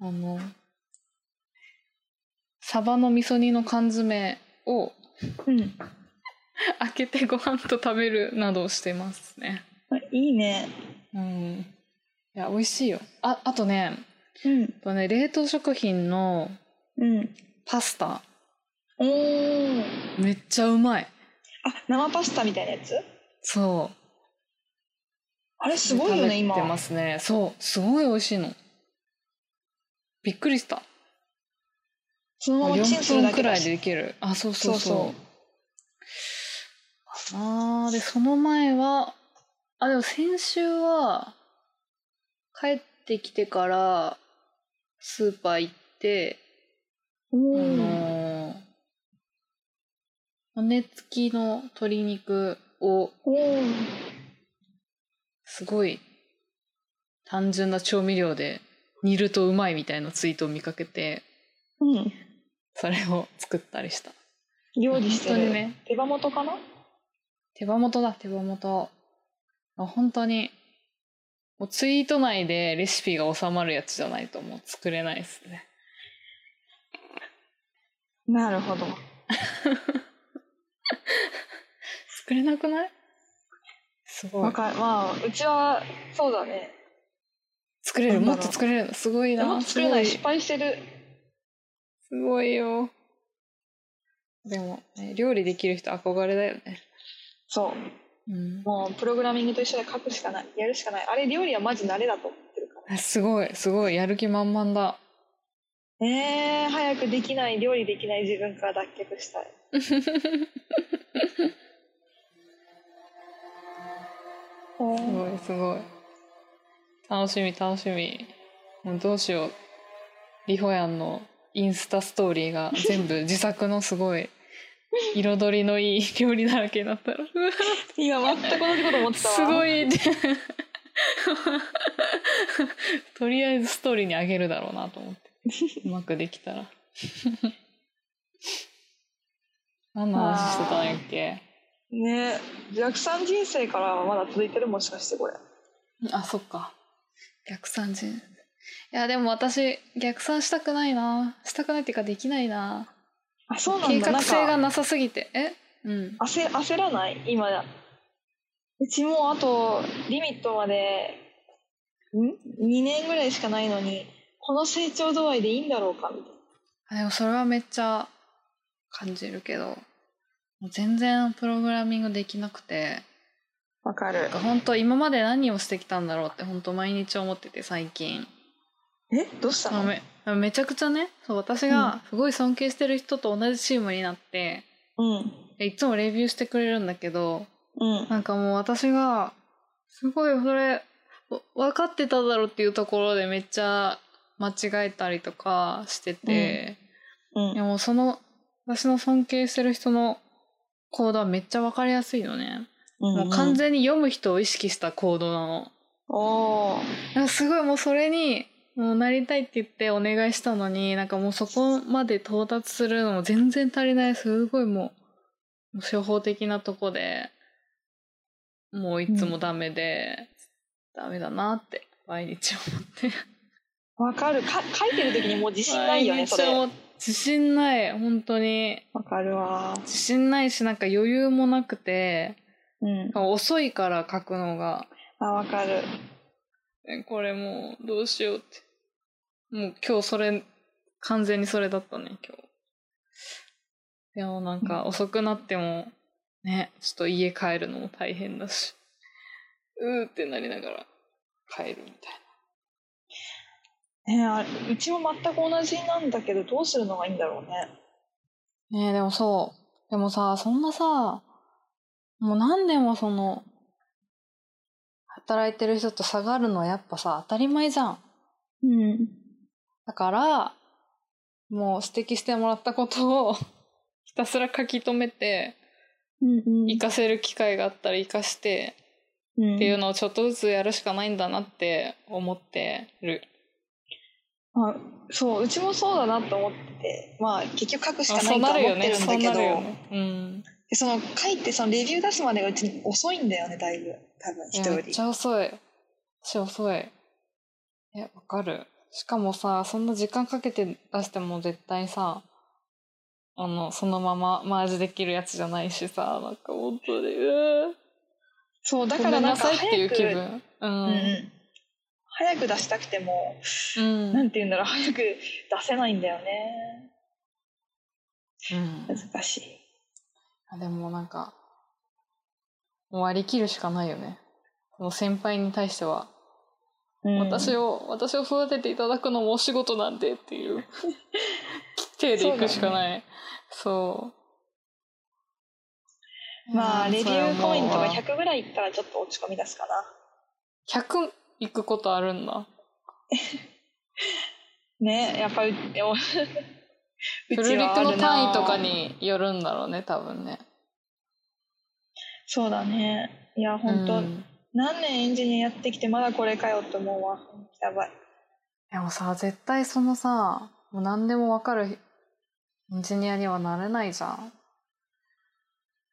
S2: あのサバの味噌煮の缶詰を
S1: うん
S2: 開けてご飯と食べるなどをしてますね
S1: あいいね
S2: うんいや美味しいよああとね
S1: うん
S2: あとね冷凍食品の
S1: うん
S2: パスタ
S1: おー
S2: めっちゃうまい
S1: あ生パスタみたいなやつ
S2: そう
S1: あれすごいよね今
S2: 食べてますねそうすごい美味しいのびっくりした
S1: そのままチンす
S2: 4
S1: るだ
S2: 分く
S1: け
S2: ら
S1: だ
S2: い
S1: し
S2: でできるあそうそうそう
S1: そう
S2: あーでその前はあでも先週は帰ってきてからスーパー行って、
S1: う
S2: あ
S1: ん
S2: のー骨付きの鶏肉を
S1: おー
S2: すごい単純な調味料で煮るとうまいみたいなツイートを見かけて
S1: うん
S2: それを作ったりした
S1: 料理して
S2: 本当
S1: る、
S2: にね
S1: 手羽元かな
S2: 手羽元だ手羽元あ本当にもうツイート内でレシピが収まるやつじゃないともう作れないですね
S1: なるほど
S2: 作れなくないすご
S1: わ
S2: い
S1: かるまあうちはそうだね
S2: 作れる
S1: なんだ
S2: も
S1: ろう
S2: っと作れるのすごい
S1: もっ
S2: な
S1: と作れない
S2: す
S1: 失敗してる
S2: ごいすごいよでも、ね、料理できる人憧れだよね
S1: そう
S2: うん
S1: もうプログラミングと一緒で書くしかないやるしかないあれ料理はマジ慣れだと思ってるか
S2: あすごいすごいやる気満々だ
S1: らえー、早くできない料理できない自分から脱却したい
S2: (laughs)
S1: お
S2: すごいすごい楽しみ楽しみもうどうしようリホヤンのインスタストーリーが全部自作のすごい彩りのいい料理だらけになったらうわ
S1: 今全く同じこと思ってたわ
S2: すご
S1: い
S2: い (laughs) とりあえずストーリーにあげるだろうなと思ってうまくできたら何の話してたんやっけ
S1: ね逆算人生からはまだ続いてるもしかしてこれ
S2: あ、そっか。逆算人。いや、でも私、逆算したくないな。したくないっていうか、できないな。
S1: あそうなん
S2: 計
S1: だ
S2: 画性
S1: な
S2: が
S1: んか
S2: なさすぎて。えうん。
S1: 焦焦らない今うちもうあとリミットまでん2年ぐらいしかないのにこの成長度合いでいいんだろうかみたいな
S2: あでも、それはめっちゃ感じるけど、もう全然プログラミングできなくて、
S1: わかる
S2: なんか本当今まで何をしてきたんだろうって、本当毎日思ってて、最近。
S1: えどうした
S2: あ
S1: の
S2: めめちゃくちゃね、そう私がすごい尊敬してる人と同じチームになって、
S1: うん
S2: でいつもレビューしてくれるんだけど、
S1: うん
S2: なんかもう私が、すごいそれ、わ分かってただろっていうところでめっちゃ間違えたりとかしてて、
S1: うん
S2: でもその、私の尊敬してる人の行動はめっちゃわかりやすいのね。
S1: うん
S2: もう完全に読む人を意識した行動なの。
S1: おー
S2: なんかすごいもうそれにもうなりたいって言ってお願いしたのになんかもうそこまで到達するのも全然足りないすごいもうもう処方的なとこでもういつもダメで、ダメだなって毎日思って
S1: わかるか書いてる時にもう自信ないよね
S2: 毎
S1: そ
S2: 日
S1: れ
S2: 思っ自信ない本当に
S1: わかるわ
S2: 自信ないしなんか余裕もなくて
S1: うん
S2: 遅いから書くのが
S1: あわかる
S2: えこれもうどうしようってもう今日それ完全にそれだったね今日でもなんか遅くなってもねちょっと家帰るのも大変だしうーってなりながら帰るみたい
S1: ねあれうちも全く同じなんだけどどうするのがいいんだろうね
S2: なねえでもそうでもさそんなさもう何年もその働いてる人と下がるのはやっぱさ当たり前じゃん
S1: うん
S2: だから、もう指摘してもらったことを (laughs) ひたすら書き留めて、
S1: うんうん
S2: 活かせる機会があったら活かして
S1: っ
S2: っていうのをちょっとずつやるしかないんだなって思ってる。
S1: あそううちもそうだなと思っててまあ結局書くし
S2: あ
S1: かな
S2: そう
S1: いと
S2: な
S1: は
S2: る
S1: 思
S2: よ
S1: って
S2: ね。
S1: るん
S2: そう
S1: だけ
S2: な
S1: ど、
S2: るよね。うん。
S1: でその書いてそのレビュー出すまでがうち遅いんだよねだいぶ多分
S2: い
S1: 人
S2: や
S1: よ
S2: めっ
S1: り
S2: ちゃ遅い。私遅い。え、わかる。しかもさ、そんな時間かけて出しても絶対さ、あの、そのままマージできるやつじゃないしさ、なんか本当に、うー
S1: そうだ
S2: だ
S1: か
S2: からら
S1: なん
S2: な
S1: か
S2: さいってい
S1: 早
S2: う
S1: く
S2: 気分。う
S1: うん
S2: ん。
S1: うん早く出したくても
S2: うん。
S1: なんて言うんだろう早く出せないんだよね
S2: うん
S1: 難しい
S2: あでもなんか、もう割り切るしかないよね。この先輩に対しては、
S1: うん
S2: 私を、私を育てていただくのもお仕事なんでって
S1: (laughs)
S2: いう、手でいくしかない。そう,、
S1: まあ
S2: うん
S1: レビューポイントが
S2: それは
S1: 100ぐらいいったらちょっと落ち込み出すかな
S2: もう100いくことあるんだ。
S1: ねやっぱりで
S2: (laughs)
S1: もう
S2: フル
S1: ち
S2: リ
S1: は
S2: ク
S1: あるな
S2: の単位とかによるんだろうね、多分ね。
S1: そうだねいや本当、
S2: うん
S1: 何年エンジニアやってきてまだこれかよって思うわやばい
S2: でもさ絶対そのさもう何でも分かるエンジニアにはなれないじゃん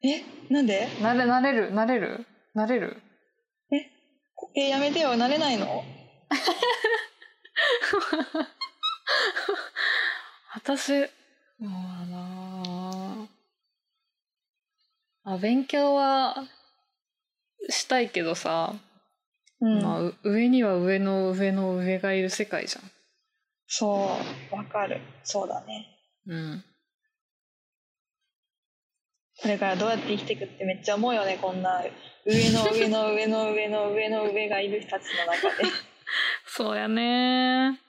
S1: えなんで
S2: なれなれるなれるなれる
S1: えやめてよなれないの
S2: 私もうあのーあ勉強はしたいけどさ、
S1: うん、
S2: まあ、う上には上の上の上がいる世界じ
S1: そうわかるそうだね
S2: ゃんうん
S1: これからどうやって生きていくってめっちゃ思うよねこんな上の上の上の上の上の上がいる人たちの中で
S2: そうやね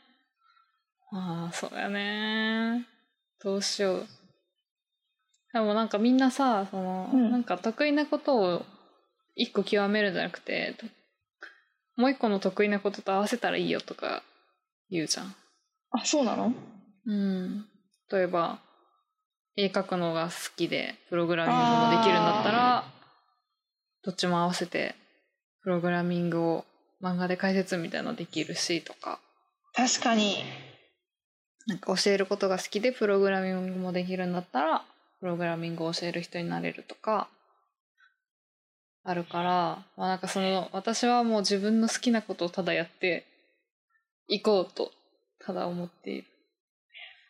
S2: ああ、そうやねどうしよう。でもなんかみんなさ、その、
S1: うん
S2: なんか得意なことを一個極めるんじゃなくて、ともう一個の得意なことと合わせたらいいよとか言うじゃん。
S1: (laughs) あそうなの
S2: うん。例えば、絵描くのが好きで、プログラミングもできるんだったら、どっちも合わせて、プログラミングを漫画で解説みたいなのできるし、とか。
S1: 確かに
S2: なんか教えることが好きでプログラミングもできるんだったらプログラミングを教える人になれるとかあるから、まあ、なんかその私はもう自分の好きなことをただやっていこうとただ思っている。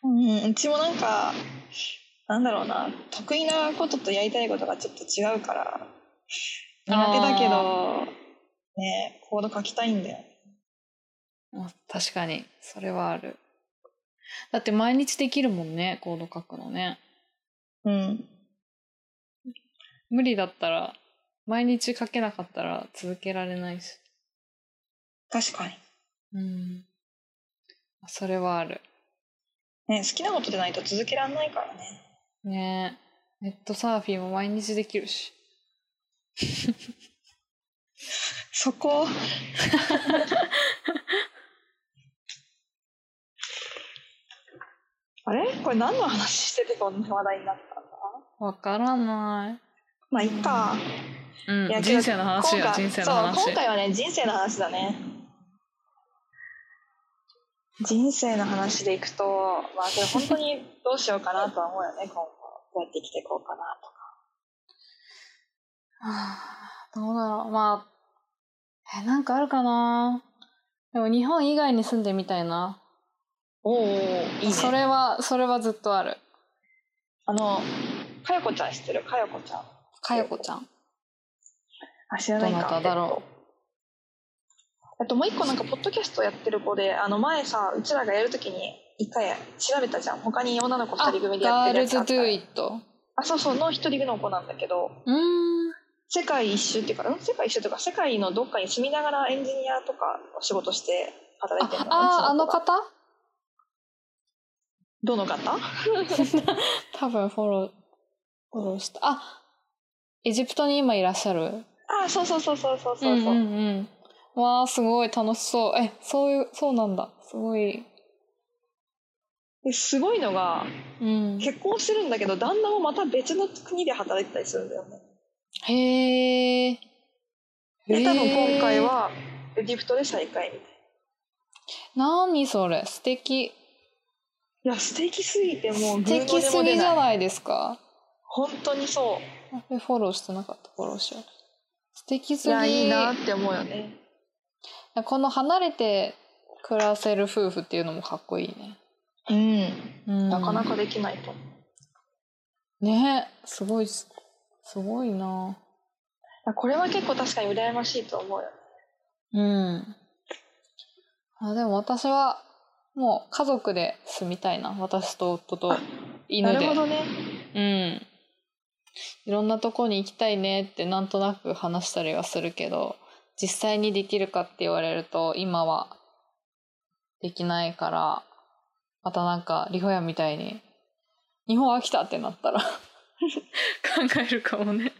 S1: うん、うちもなんか、なんだろうな、得意なこととやりたいことがちょっと違うから、苦手だけど、ね、コード書きたいんだよ。
S2: まあ確かにそれはある。だって毎日できるもんねコード書くのね。
S1: うん。
S2: 無理だったら毎日書けなかったら続けられないし。
S1: 確かに。
S2: うん。まあそれはある。
S1: ね、好きなことじゃないと続けられないからね。
S2: ねえネットサーフィンも毎日できるし
S1: そこ、 (laughs) あれこれ何の話しててこんな話題になったんだ
S2: わからない
S1: まあいっか
S2: うん
S1: いや
S2: 人生の
S1: 今
S2: 話
S1: 回
S2: や人生の話
S1: そう今回はね人生の話だね人生の話でいくとまあそれ本当にどうしようかなとは思うよね今後どうやって生きていこうかなとか
S2: はあ (sighs) どうだろうまあえなんかあるかなでも日本以外に住んでみたいな
S1: おおいいね
S2: それはそれはずっとある
S1: あのかよこちゃん知ってるかよこちゃん
S2: かよこちゃん
S1: あ知ら
S2: ど
S1: ないか
S2: なただろ
S1: あともう一個なんかポッドキャストやってる子であの前さうちらがやるときに一回調べたじゃん他に女の子
S2: うあ
S1: 二人組でやっ
S2: ガ
S1: て
S2: ー
S1: るや
S2: ルズ
S1: つあ
S2: ド
S1: った
S2: ゥイット
S1: あそうそうの一人の子なんだけど
S2: うーん
S1: 世界一周っていうかうん世界一周というか世界のどっかに住みながらエンジニアとかお仕事して働いてる
S2: あ
S1: の
S2: あーあ
S1: うち
S2: の
S1: 子が
S2: 方
S1: どの方
S2: 多分フォローフォローしたあエジプトに今いらっしゃる
S1: あそうそうそうそうそうそうそう、
S2: んうんうんわあすごい楽しそうえそういうそうなんだすごい
S1: ですごいのが
S2: うん
S1: 結婚してるんだけど旦那もまた別の国で働いてたりするんだよね
S2: へえ
S1: で多分今回はエジプトで再会みたい
S2: 何それ素敵
S1: ないや素敵すぎてもう
S2: 素
S1: ぐうの
S2: 敵
S1: 音
S2: す
S1: も出
S2: ぎじ
S1: な
S2: ゃ
S1: い
S2: ないですか
S1: 本当にそ
S2: あえフォローしてなかったフォローしよう素敵
S1: うい
S2: すぎ
S1: やいいなって思うよね
S2: この離れて暮らせる夫婦っていうのもかっこいいね、
S1: うん
S2: うん
S1: なかなかできないと思う
S2: ねすごいすすごいな
S1: だからこれは結構確かに羨ましいと思うよ
S2: うんあでも私はもう家族で住みたいな私と夫と
S1: あ
S2: 犬で
S1: なるほどね
S2: うんいろんなとこに行きたいねってなんとなく話したりはするけど実際にできるかって言われると今はできないからまたなんかリホヤみたいに日本飽きたってなったら (laughs) 考えるかもね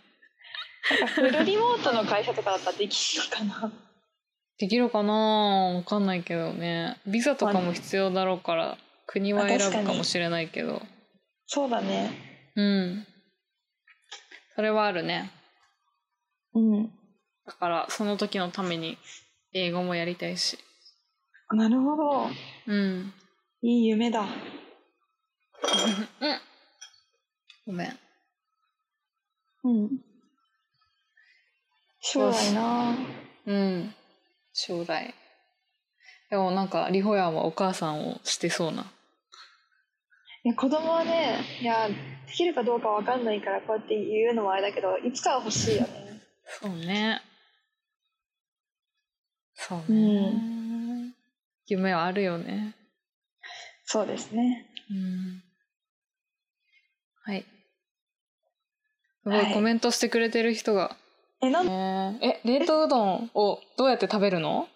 S1: フルリモートの会社とかだったらできるのかな (laughs)
S2: できるかなわかんないけどねビザとかも必要だろうから国は選ぶかもしれないけど
S1: そうだね
S2: うんそれはあるね
S1: うん
S2: だからその時のために英語もやりたいし
S1: なるほど
S2: うん
S1: いい夢だ
S2: うんごめん
S1: うん将来な
S2: うん将来でもなんかリホヤンはお母さんをしてそうない
S1: や子供はねいやできるかどうかわかんないからこうやって言うのもあれだけどいつかは欲しいよね
S2: そうねそう
S1: う
S2: ね、夢はあるよね
S1: そうですね
S2: うんはいすごい、
S1: はい
S2: コメントしてくれてる人が、
S1: えなん
S2: ねえ冷凍うどんをどうやって食べる (laughs) の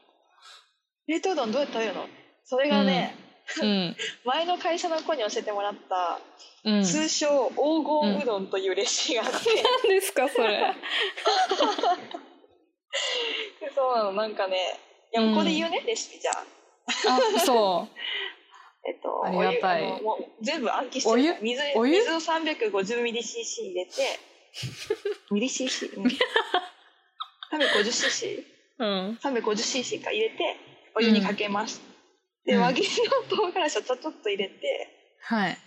S1: 冷凍うどんどうやって食べるのそれがね、
S2: うん、
S1: 前の会社の子に教えてもらった、
S2: うん、
S1: 通称黄金うどんというレシピがあって、
S2: (laughs) 何ですかそれ
S1: そうなのなんかねいやここで言うね、レシピじゃん
S2: あそう
S1: えっと、
S2: ありがた
S1: お
S2: い
S1: 湯あのもう全部暗記してるから水
S2: お湯
S1: 水を 350mCC 入れてミリ CC、うん、350cc350cc
S2: うん
S1: か入れてお湯にかけます、で
S2: うん
S1: 輪切りの唐辛子をちょちょっと入れて
S2: はい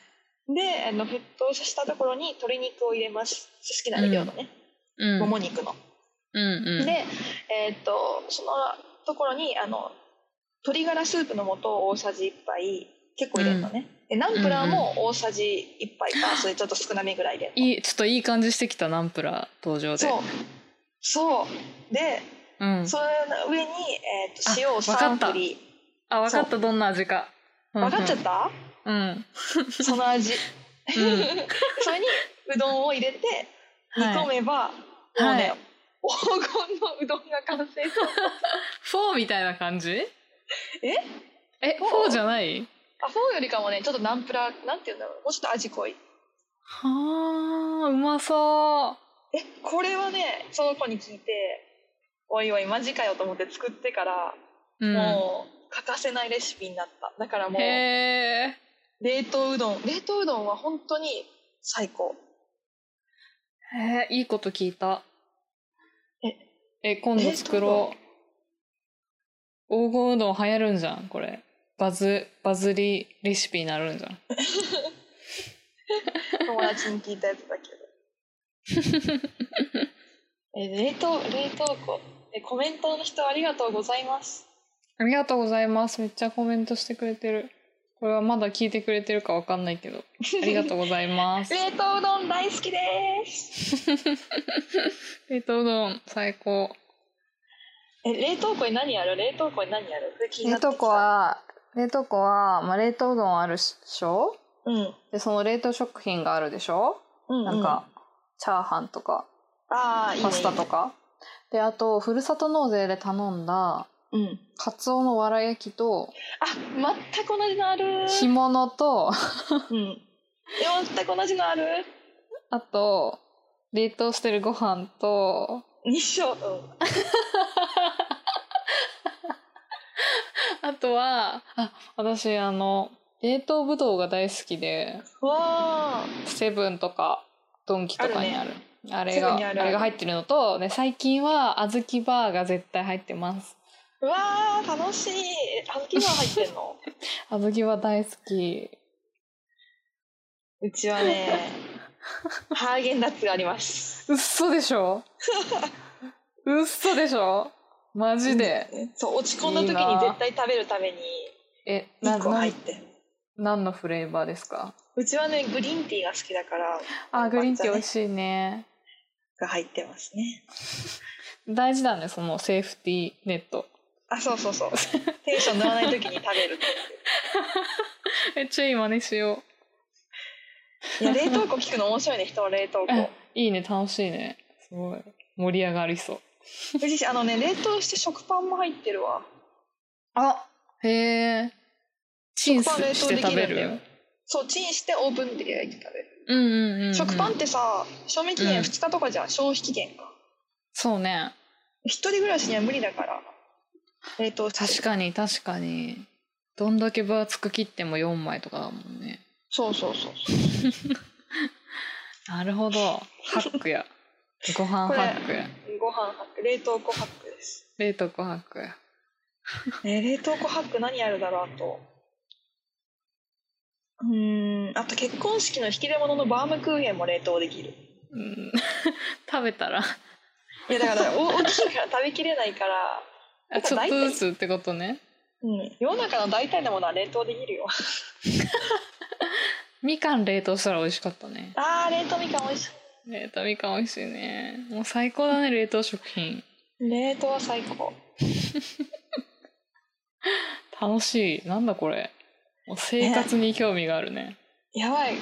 S1: であの沸騰したところに鶏肉を入れます好きな量のね、
S2: うん
S1: もも肉の、
S2: うんうん
S1: でえーっとそのところにあの鶏ガラスープの素を大さじ1杯結構入れるのね、でナンプラーも大さじ1杯か、それちょっと少なめぐらいで
S2: いいちょっといい感じしてきたナンプラー登場で
S1: そうそうで、
S2: うん
S1: その上に、えーっと塩を
S2: あわか
S1: 3
S2: った
S1: 振り
S2: あ分かったどんな味か
S1: 分かっちゃったた、
S2: (laughs) うん
S1: その味、
S2: うん
S1: それにうどんを入れて煮
S2: はい
S1: 込めば、も
S2: い
S1: う
S2: は
S1: ね
S2: い
S1: 黄金のうどんが完成する
S2: フォーみたいな感じええ
S1: フォー
S2: フォーじゃない
S1: あフォーよりかもねちょっとナンプラーなんて言うんだろうもうちょっと味濃い
S2: はあうまそう
S1: えこれはねその子に聞いておいおいマジかよと思って作ってから、
S2: うん、
S1: もう欠かせないレシピになっただからもう冷
S2: へえ
S1: 凍うどん冷凍うどんは本当に最高
S2: へえいいこと聞いた
S1: え
S2: え今度作ろう黄金うどん流行るんじゃんこれバズバズりレシピになるんじゃん
S1: 友達に聞いたやつだけ
S2: (laughs)
S1: どえ冷凍冷凍庫えコメントの人ありがとうございます
S2: ありがとうございますめっちゃコメントしてくれてるこれはまだ聞いてくれてるかわかんないけどありがとうございま
S1: (laughs)
S2: す
S1: 冷凍うどん大好きです
S2: 冷凍うどん最高
S1: え冷凍庫に何ある冷凍庫に何あるこれ気にな
S2: 冷
S1: ってきた
S2: 凍庫は冷凍庫は、まあ、冷凍うどんあるでしょ
S1: うん
S2: でその冷凍食品があるでしょ
S1: うん
S2: なんか、チャーハンとか
S1: ああいいね
S2: パスタとかであとふるさと納税で頼んだ
S1: うん
S2: カツオのわら焼きと
S1: あ全く同じのある
S2: 干物と
S1: うんえ全く同じのある
S2: あと冷凍してるご飯と
S1: 日照うん
S2: あとはあ私あの冷凍ぶどうが大好きで
S1: わあ
S2: セブンとかドンキとかにあるあれ
S1: セブ
S2: が
S1: ン
S2: あ
S1: にある
S2: れが入ってるのと、ね、最近は小豆バーが絶対入ってます
S1: うわー楽しいえ小豆バー入ってん
S2: (laughs)
S1: の
S2: 小豆は大好き
S1: うちはねハーゲンダッツがあります
S2: 嘘でし
S1: (laughs)
S2: ょ嘘でしょマジで、
S1: そう落ち込んだ時
S2: いい
S1: に
S2: な
S1: 絶対食べるために
S2: えな
S1: 1個
S2: な
S1: 入っ
S2: ん
S1: てる
S2: 何のフレーバーですか
S1: うちはねグリーンティーが好きだから
S2: あグリーンティー
S1: 抹茶ね
S2: 美味しいね
S1: が入ってますね
S2: 大事だねそのセーフティーネット
S1: あそう
S2: (laughs)
S1: そうそうテンション乗らない時に食べる
S2: めっちゃいい真似しよ
S1: いや冷凍庫聞くの面白いね人の冷凍庫
S2: ういいね楽しいねすごい盛り上がりそう
S1: うちあのね冷凍して食パンも入ってるわ
S2: あへえチンスして食べ
S1: 食パン冷凍できるんだ
S2: る
S1: よそうチンしてオーブンで焼いて食べる、
S2: うんうんうん、うん、
S1: 食パンってさ賞味期
S2: うん
S1: 限2日とかじゃん、消費期限か
S2: そうね
S1: 一人暮らしには無理だから冷凍して
S2: 確かに確かにどんだけ分厚く切っても4枚とかだもんね
S1: そうそうそう
S2: なるほど。ハック (laughs) や。ご飯
S1: これ
S2: ハックや。
S1: ご飯ハック冷凍庫ハックです、
S2: 冷凍庫ハックや。
S1: ね、冷凍庫ハック何あるだろうあとうーんあと結婚式の引き出物のバームクーヘンも冷凍できる
S2: うん (laughs) 食べたら、
S1: いやだからお大きいから食べきれないから
S2: あちょっとずつってことね。
S1: (laughs) うん、世の中の大体のものは冷凍できるよ
S2: みかん冷凍したら美味しかったね。
S1: あー冷凍みかん美味しい
S2: 冷凍みかん美味しいね。もう最高だね、冷凍食品。
S1: 冷凍は最高
S2: 楽しい。なんだこれ。もう生活に興味があるね。
S1: やばい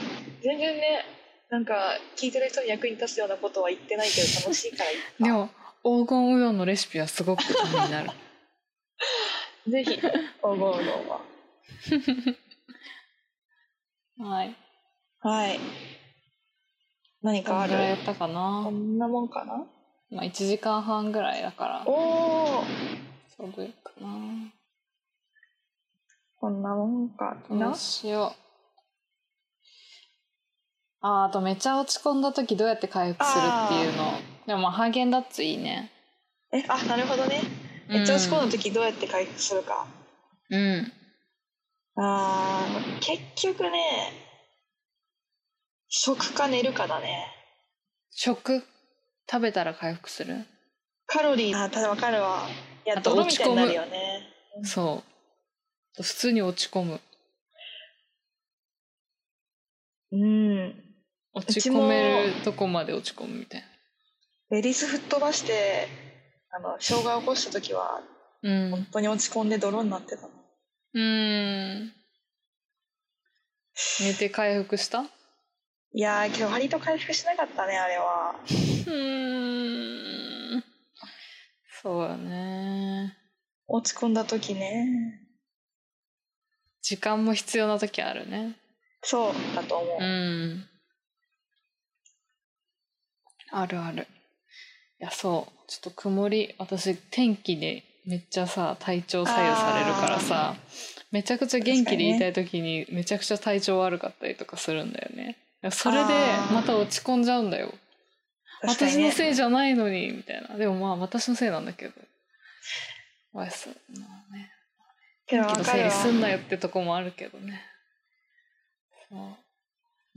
S1: 全然ねなんか聞いてる人に役に立つようなことは言ってないけど楽しいからいい (laughs) か
S2: でも、黄金うどんのレシピはすごく気
S1: (laughs)
S2: になる。
S1: ぜひおごうのは
S2: はい。
S1: はい何
S2: ど
S1: かあ
S2: んぐらいや
S1: る
S2: ったか
S1: こ
S2: な。
S1: んなもんかな
S2: まあ、1時間半ぐらいだから、ち
S1: おお
S2: ょうどいいかな。
S1: こんなもんか
S2: どうしよう。あーあとめっちゃ落ち込んだ時どうやって回復するっていうのでもまあハーゲンダッツいいね
S1: えあなるほどねめっちゃ落ち込んだ時どうやって回復するか、
S2: うん、うん、
S1: あー結局ね食か寝るかだね
S2: 食食べたら回復する
S1: カロリーあただわかるわいや
S2: あと
S1: 泥みたいになるよね
S2: そう普通に落ち込む
S1: うん
S2: 落ち込めるとこまで落ち込むみたい
S1: レディース吹っ飛ばしてあの生姜を起こした時は
S2: なうん
S1: 本当に落ち込んで泥になってたの
S2: うーん寝て回復したう
S1: いやーけど割と回復しなかったねあれは
S2: ーんそうだね
S1: 落ち込んだ時ね
S2: 時間も必要な時あるね
S1: そうだと思う、
S2: うん。あるある。いや、そう。ちょっと曇り、私、天気でめっちゃさ、体調左右されるからさ、めちゃくちゃ元気でいたい時に、めちゃくちゃ体調悪かったりとかするんだよね。いやそれで
S1: あ、ー
S2: また落ち込んじゃうんだよ。
S1: 確かに
S2: 私
S1: ね
S2: のせいじゃないのにみたいなでもまあ私のせいなんだけどおやすまあね
S1: けど
S2: け
S1: 分
S2: ど
S1: か
S2: 整
S1: る
S2: 理
S1: わ
S2: すんなよってとこもあるけどねそう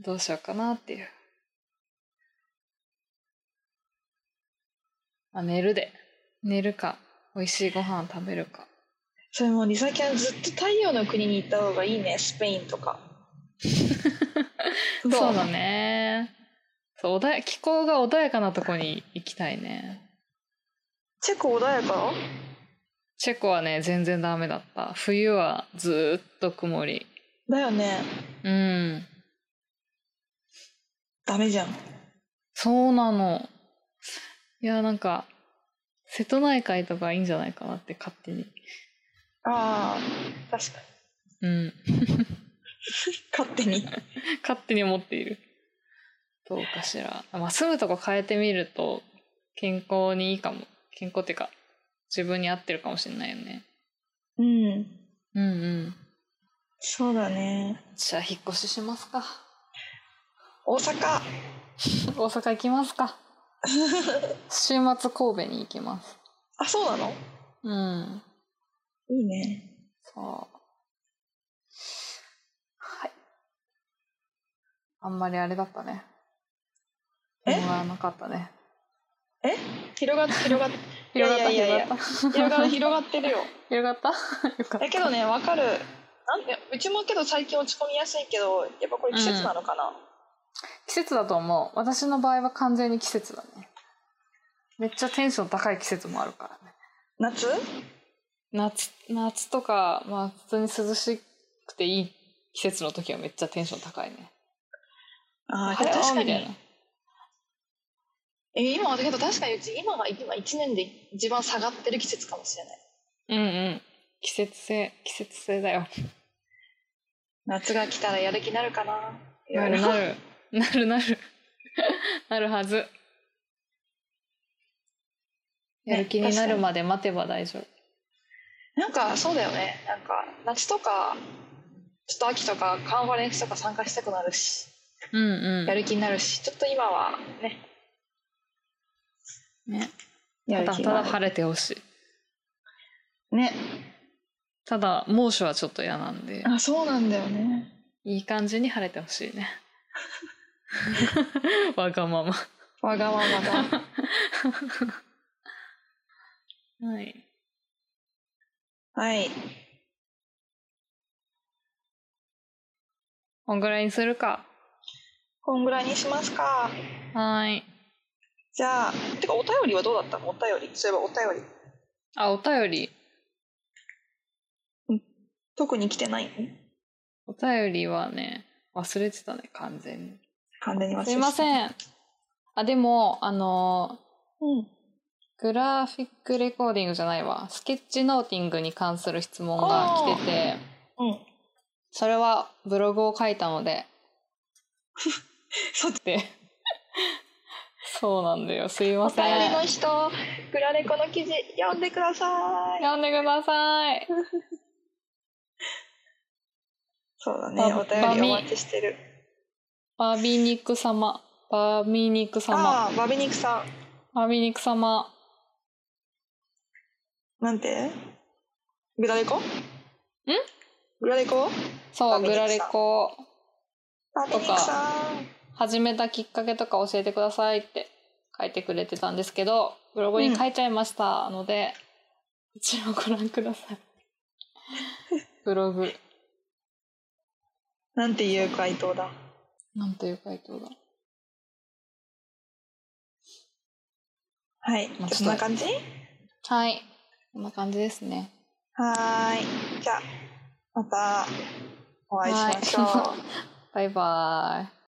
S2: どうしようかなっていうまあ寝るで寝るか美味しいご飯食べるか
S1: それもリサキャンずっと太陽の国に行った方がいいねスペインと (laughs) か
S2: そ
S1: ど
S2: うだねそう穏や気候が穏やかなとこに行きたいね
S1: チェコ穏やか
S2: チェコはね全然ダメだった冬はずーっと曇り
S1: だよね
S2: うん
S1: ダメじゃん
S2: そうなのいやなんか瀬戸内海とかいいんじゃないかなって勝手に
S1: ああ確かに
S2: うん
S1: 勝手に
S2: 勝手に思っているどうかしら、まあ、住むとこ変えてみると健康にいいかも健康っていうか自分に合ってるかもしれないよね
S1: うん
S2: うんうん
S1: そうだね
S2: じゃあ引っ越ししますか
S1: 大阪
S2: 大阪行きます
S1: (laughs)
S2: か週末神戸に行きます
S1: あそうなの
S2: うん
S1: いいね
S2: そう。はい。あんまりあれだったね。
S1: え
S2: 広がらなかったね。
S1: 広がっ広がっい
S2: 広
S1: や
S2: が
S1: い
S2: った、
S1: やいやい
S2: 広が
S1: や
S2: った。
S1: 広が広がってるよ (laughs)
S2: 広が (laughs) ったよかった
S1: だ。けどねわかるなんでうちもけど最近落ち込みやすいけどやっぱこれ季節なのかな、
S2: 季節だと思う。私の場合は完全に季節だね。めっちゃテンション高い季節もあるからね。
S1: 夏
S2: 夏、夏とか、まあ普通に涼しくていい季節の時はめっちゃテンション高いね。
S1: あ
S2: 晴れよ
S1: 確か
S2: みたい
S1: に
S2: な。
S1: え今はだけど確かにうち今が今1年で一番下がってる季節かもしれない
S2: うんうん。季節性、季節性だよ。
S1: 夏が来たらやる気なるかな
S2: なるなる。 (laughs) なるなる。なるはず。やる気になるまで待てば大丈夫。
S1: なんかそうだよねなんか夏とかちょっと秋とかカンファレンスとか参加したくなるし
S2: うんう
S1: やる気になるしちょっと今はね
S2: ね、
S1: や
S2: た
S1: る
S2: だ
S1: 気
S2: ただ
S1: がある
S2: 晴れてほしい。
S1: ね
S2: ただ猛暑はちょっと嫌なんで、
S1: あそうなんだよね
S2: いい感じに晴れてほし
S1: (laughs)
S2: いね。わがまま。
S1: わがままだ
S2: (laughs) はい。
S1: はい
S2: こんぐらいにするか。
S1: こんぐらいにしますか
S2: はーい。
S1: じゃあてかお便りはどうだったのお便りそういえばお便り
S2: あ、お便り。
S1: 特に来てないん
S2: お便りはね、忘れてたね、完全に。
S1: 完全に忘れ
S2: すいま
S1: ん、
S2: せん。あ、でも、あのー
S1: うん、
S2: グラフィックレコーディングじゃないわスケッチノーティングに関する質問が来てて
S1: うん、
S2: それはブログを書いたので
S1: (laughs) そっち
S2: で (laughs) そうなんだよすい
S1: お
S2: ませ
S1: 便りの
S2: ん
S1: 人グラレコの記事読んでください
S2: 読んでください
S1: そうだね
S2: ば
S1: お便りお待ちしてる
S2: バービーニック様バービーニック様
S1: ああバビ肉さ
S2: バービーニック様
S1: んなんてグラレコんグラレコ
S2: そう
S1: バービ
S2: グ
S1: ーニッ
S2: ラ
S1: クさん
S2: レコ
S1: バビ肉さん
S2: 始めたきっかけとか教えてくださいって書いてくれてたんですけどブログに書いちゃいましたので、こちらをご覧くださいブログ
S1: なんていう回答だ
S2: なんという回答だ
S1: はい
S2: まあ
S1: そんな感じ
S2: はいこんな感じですね
S1: はーいじゃあまたお会いしましょう
S2: バイバイ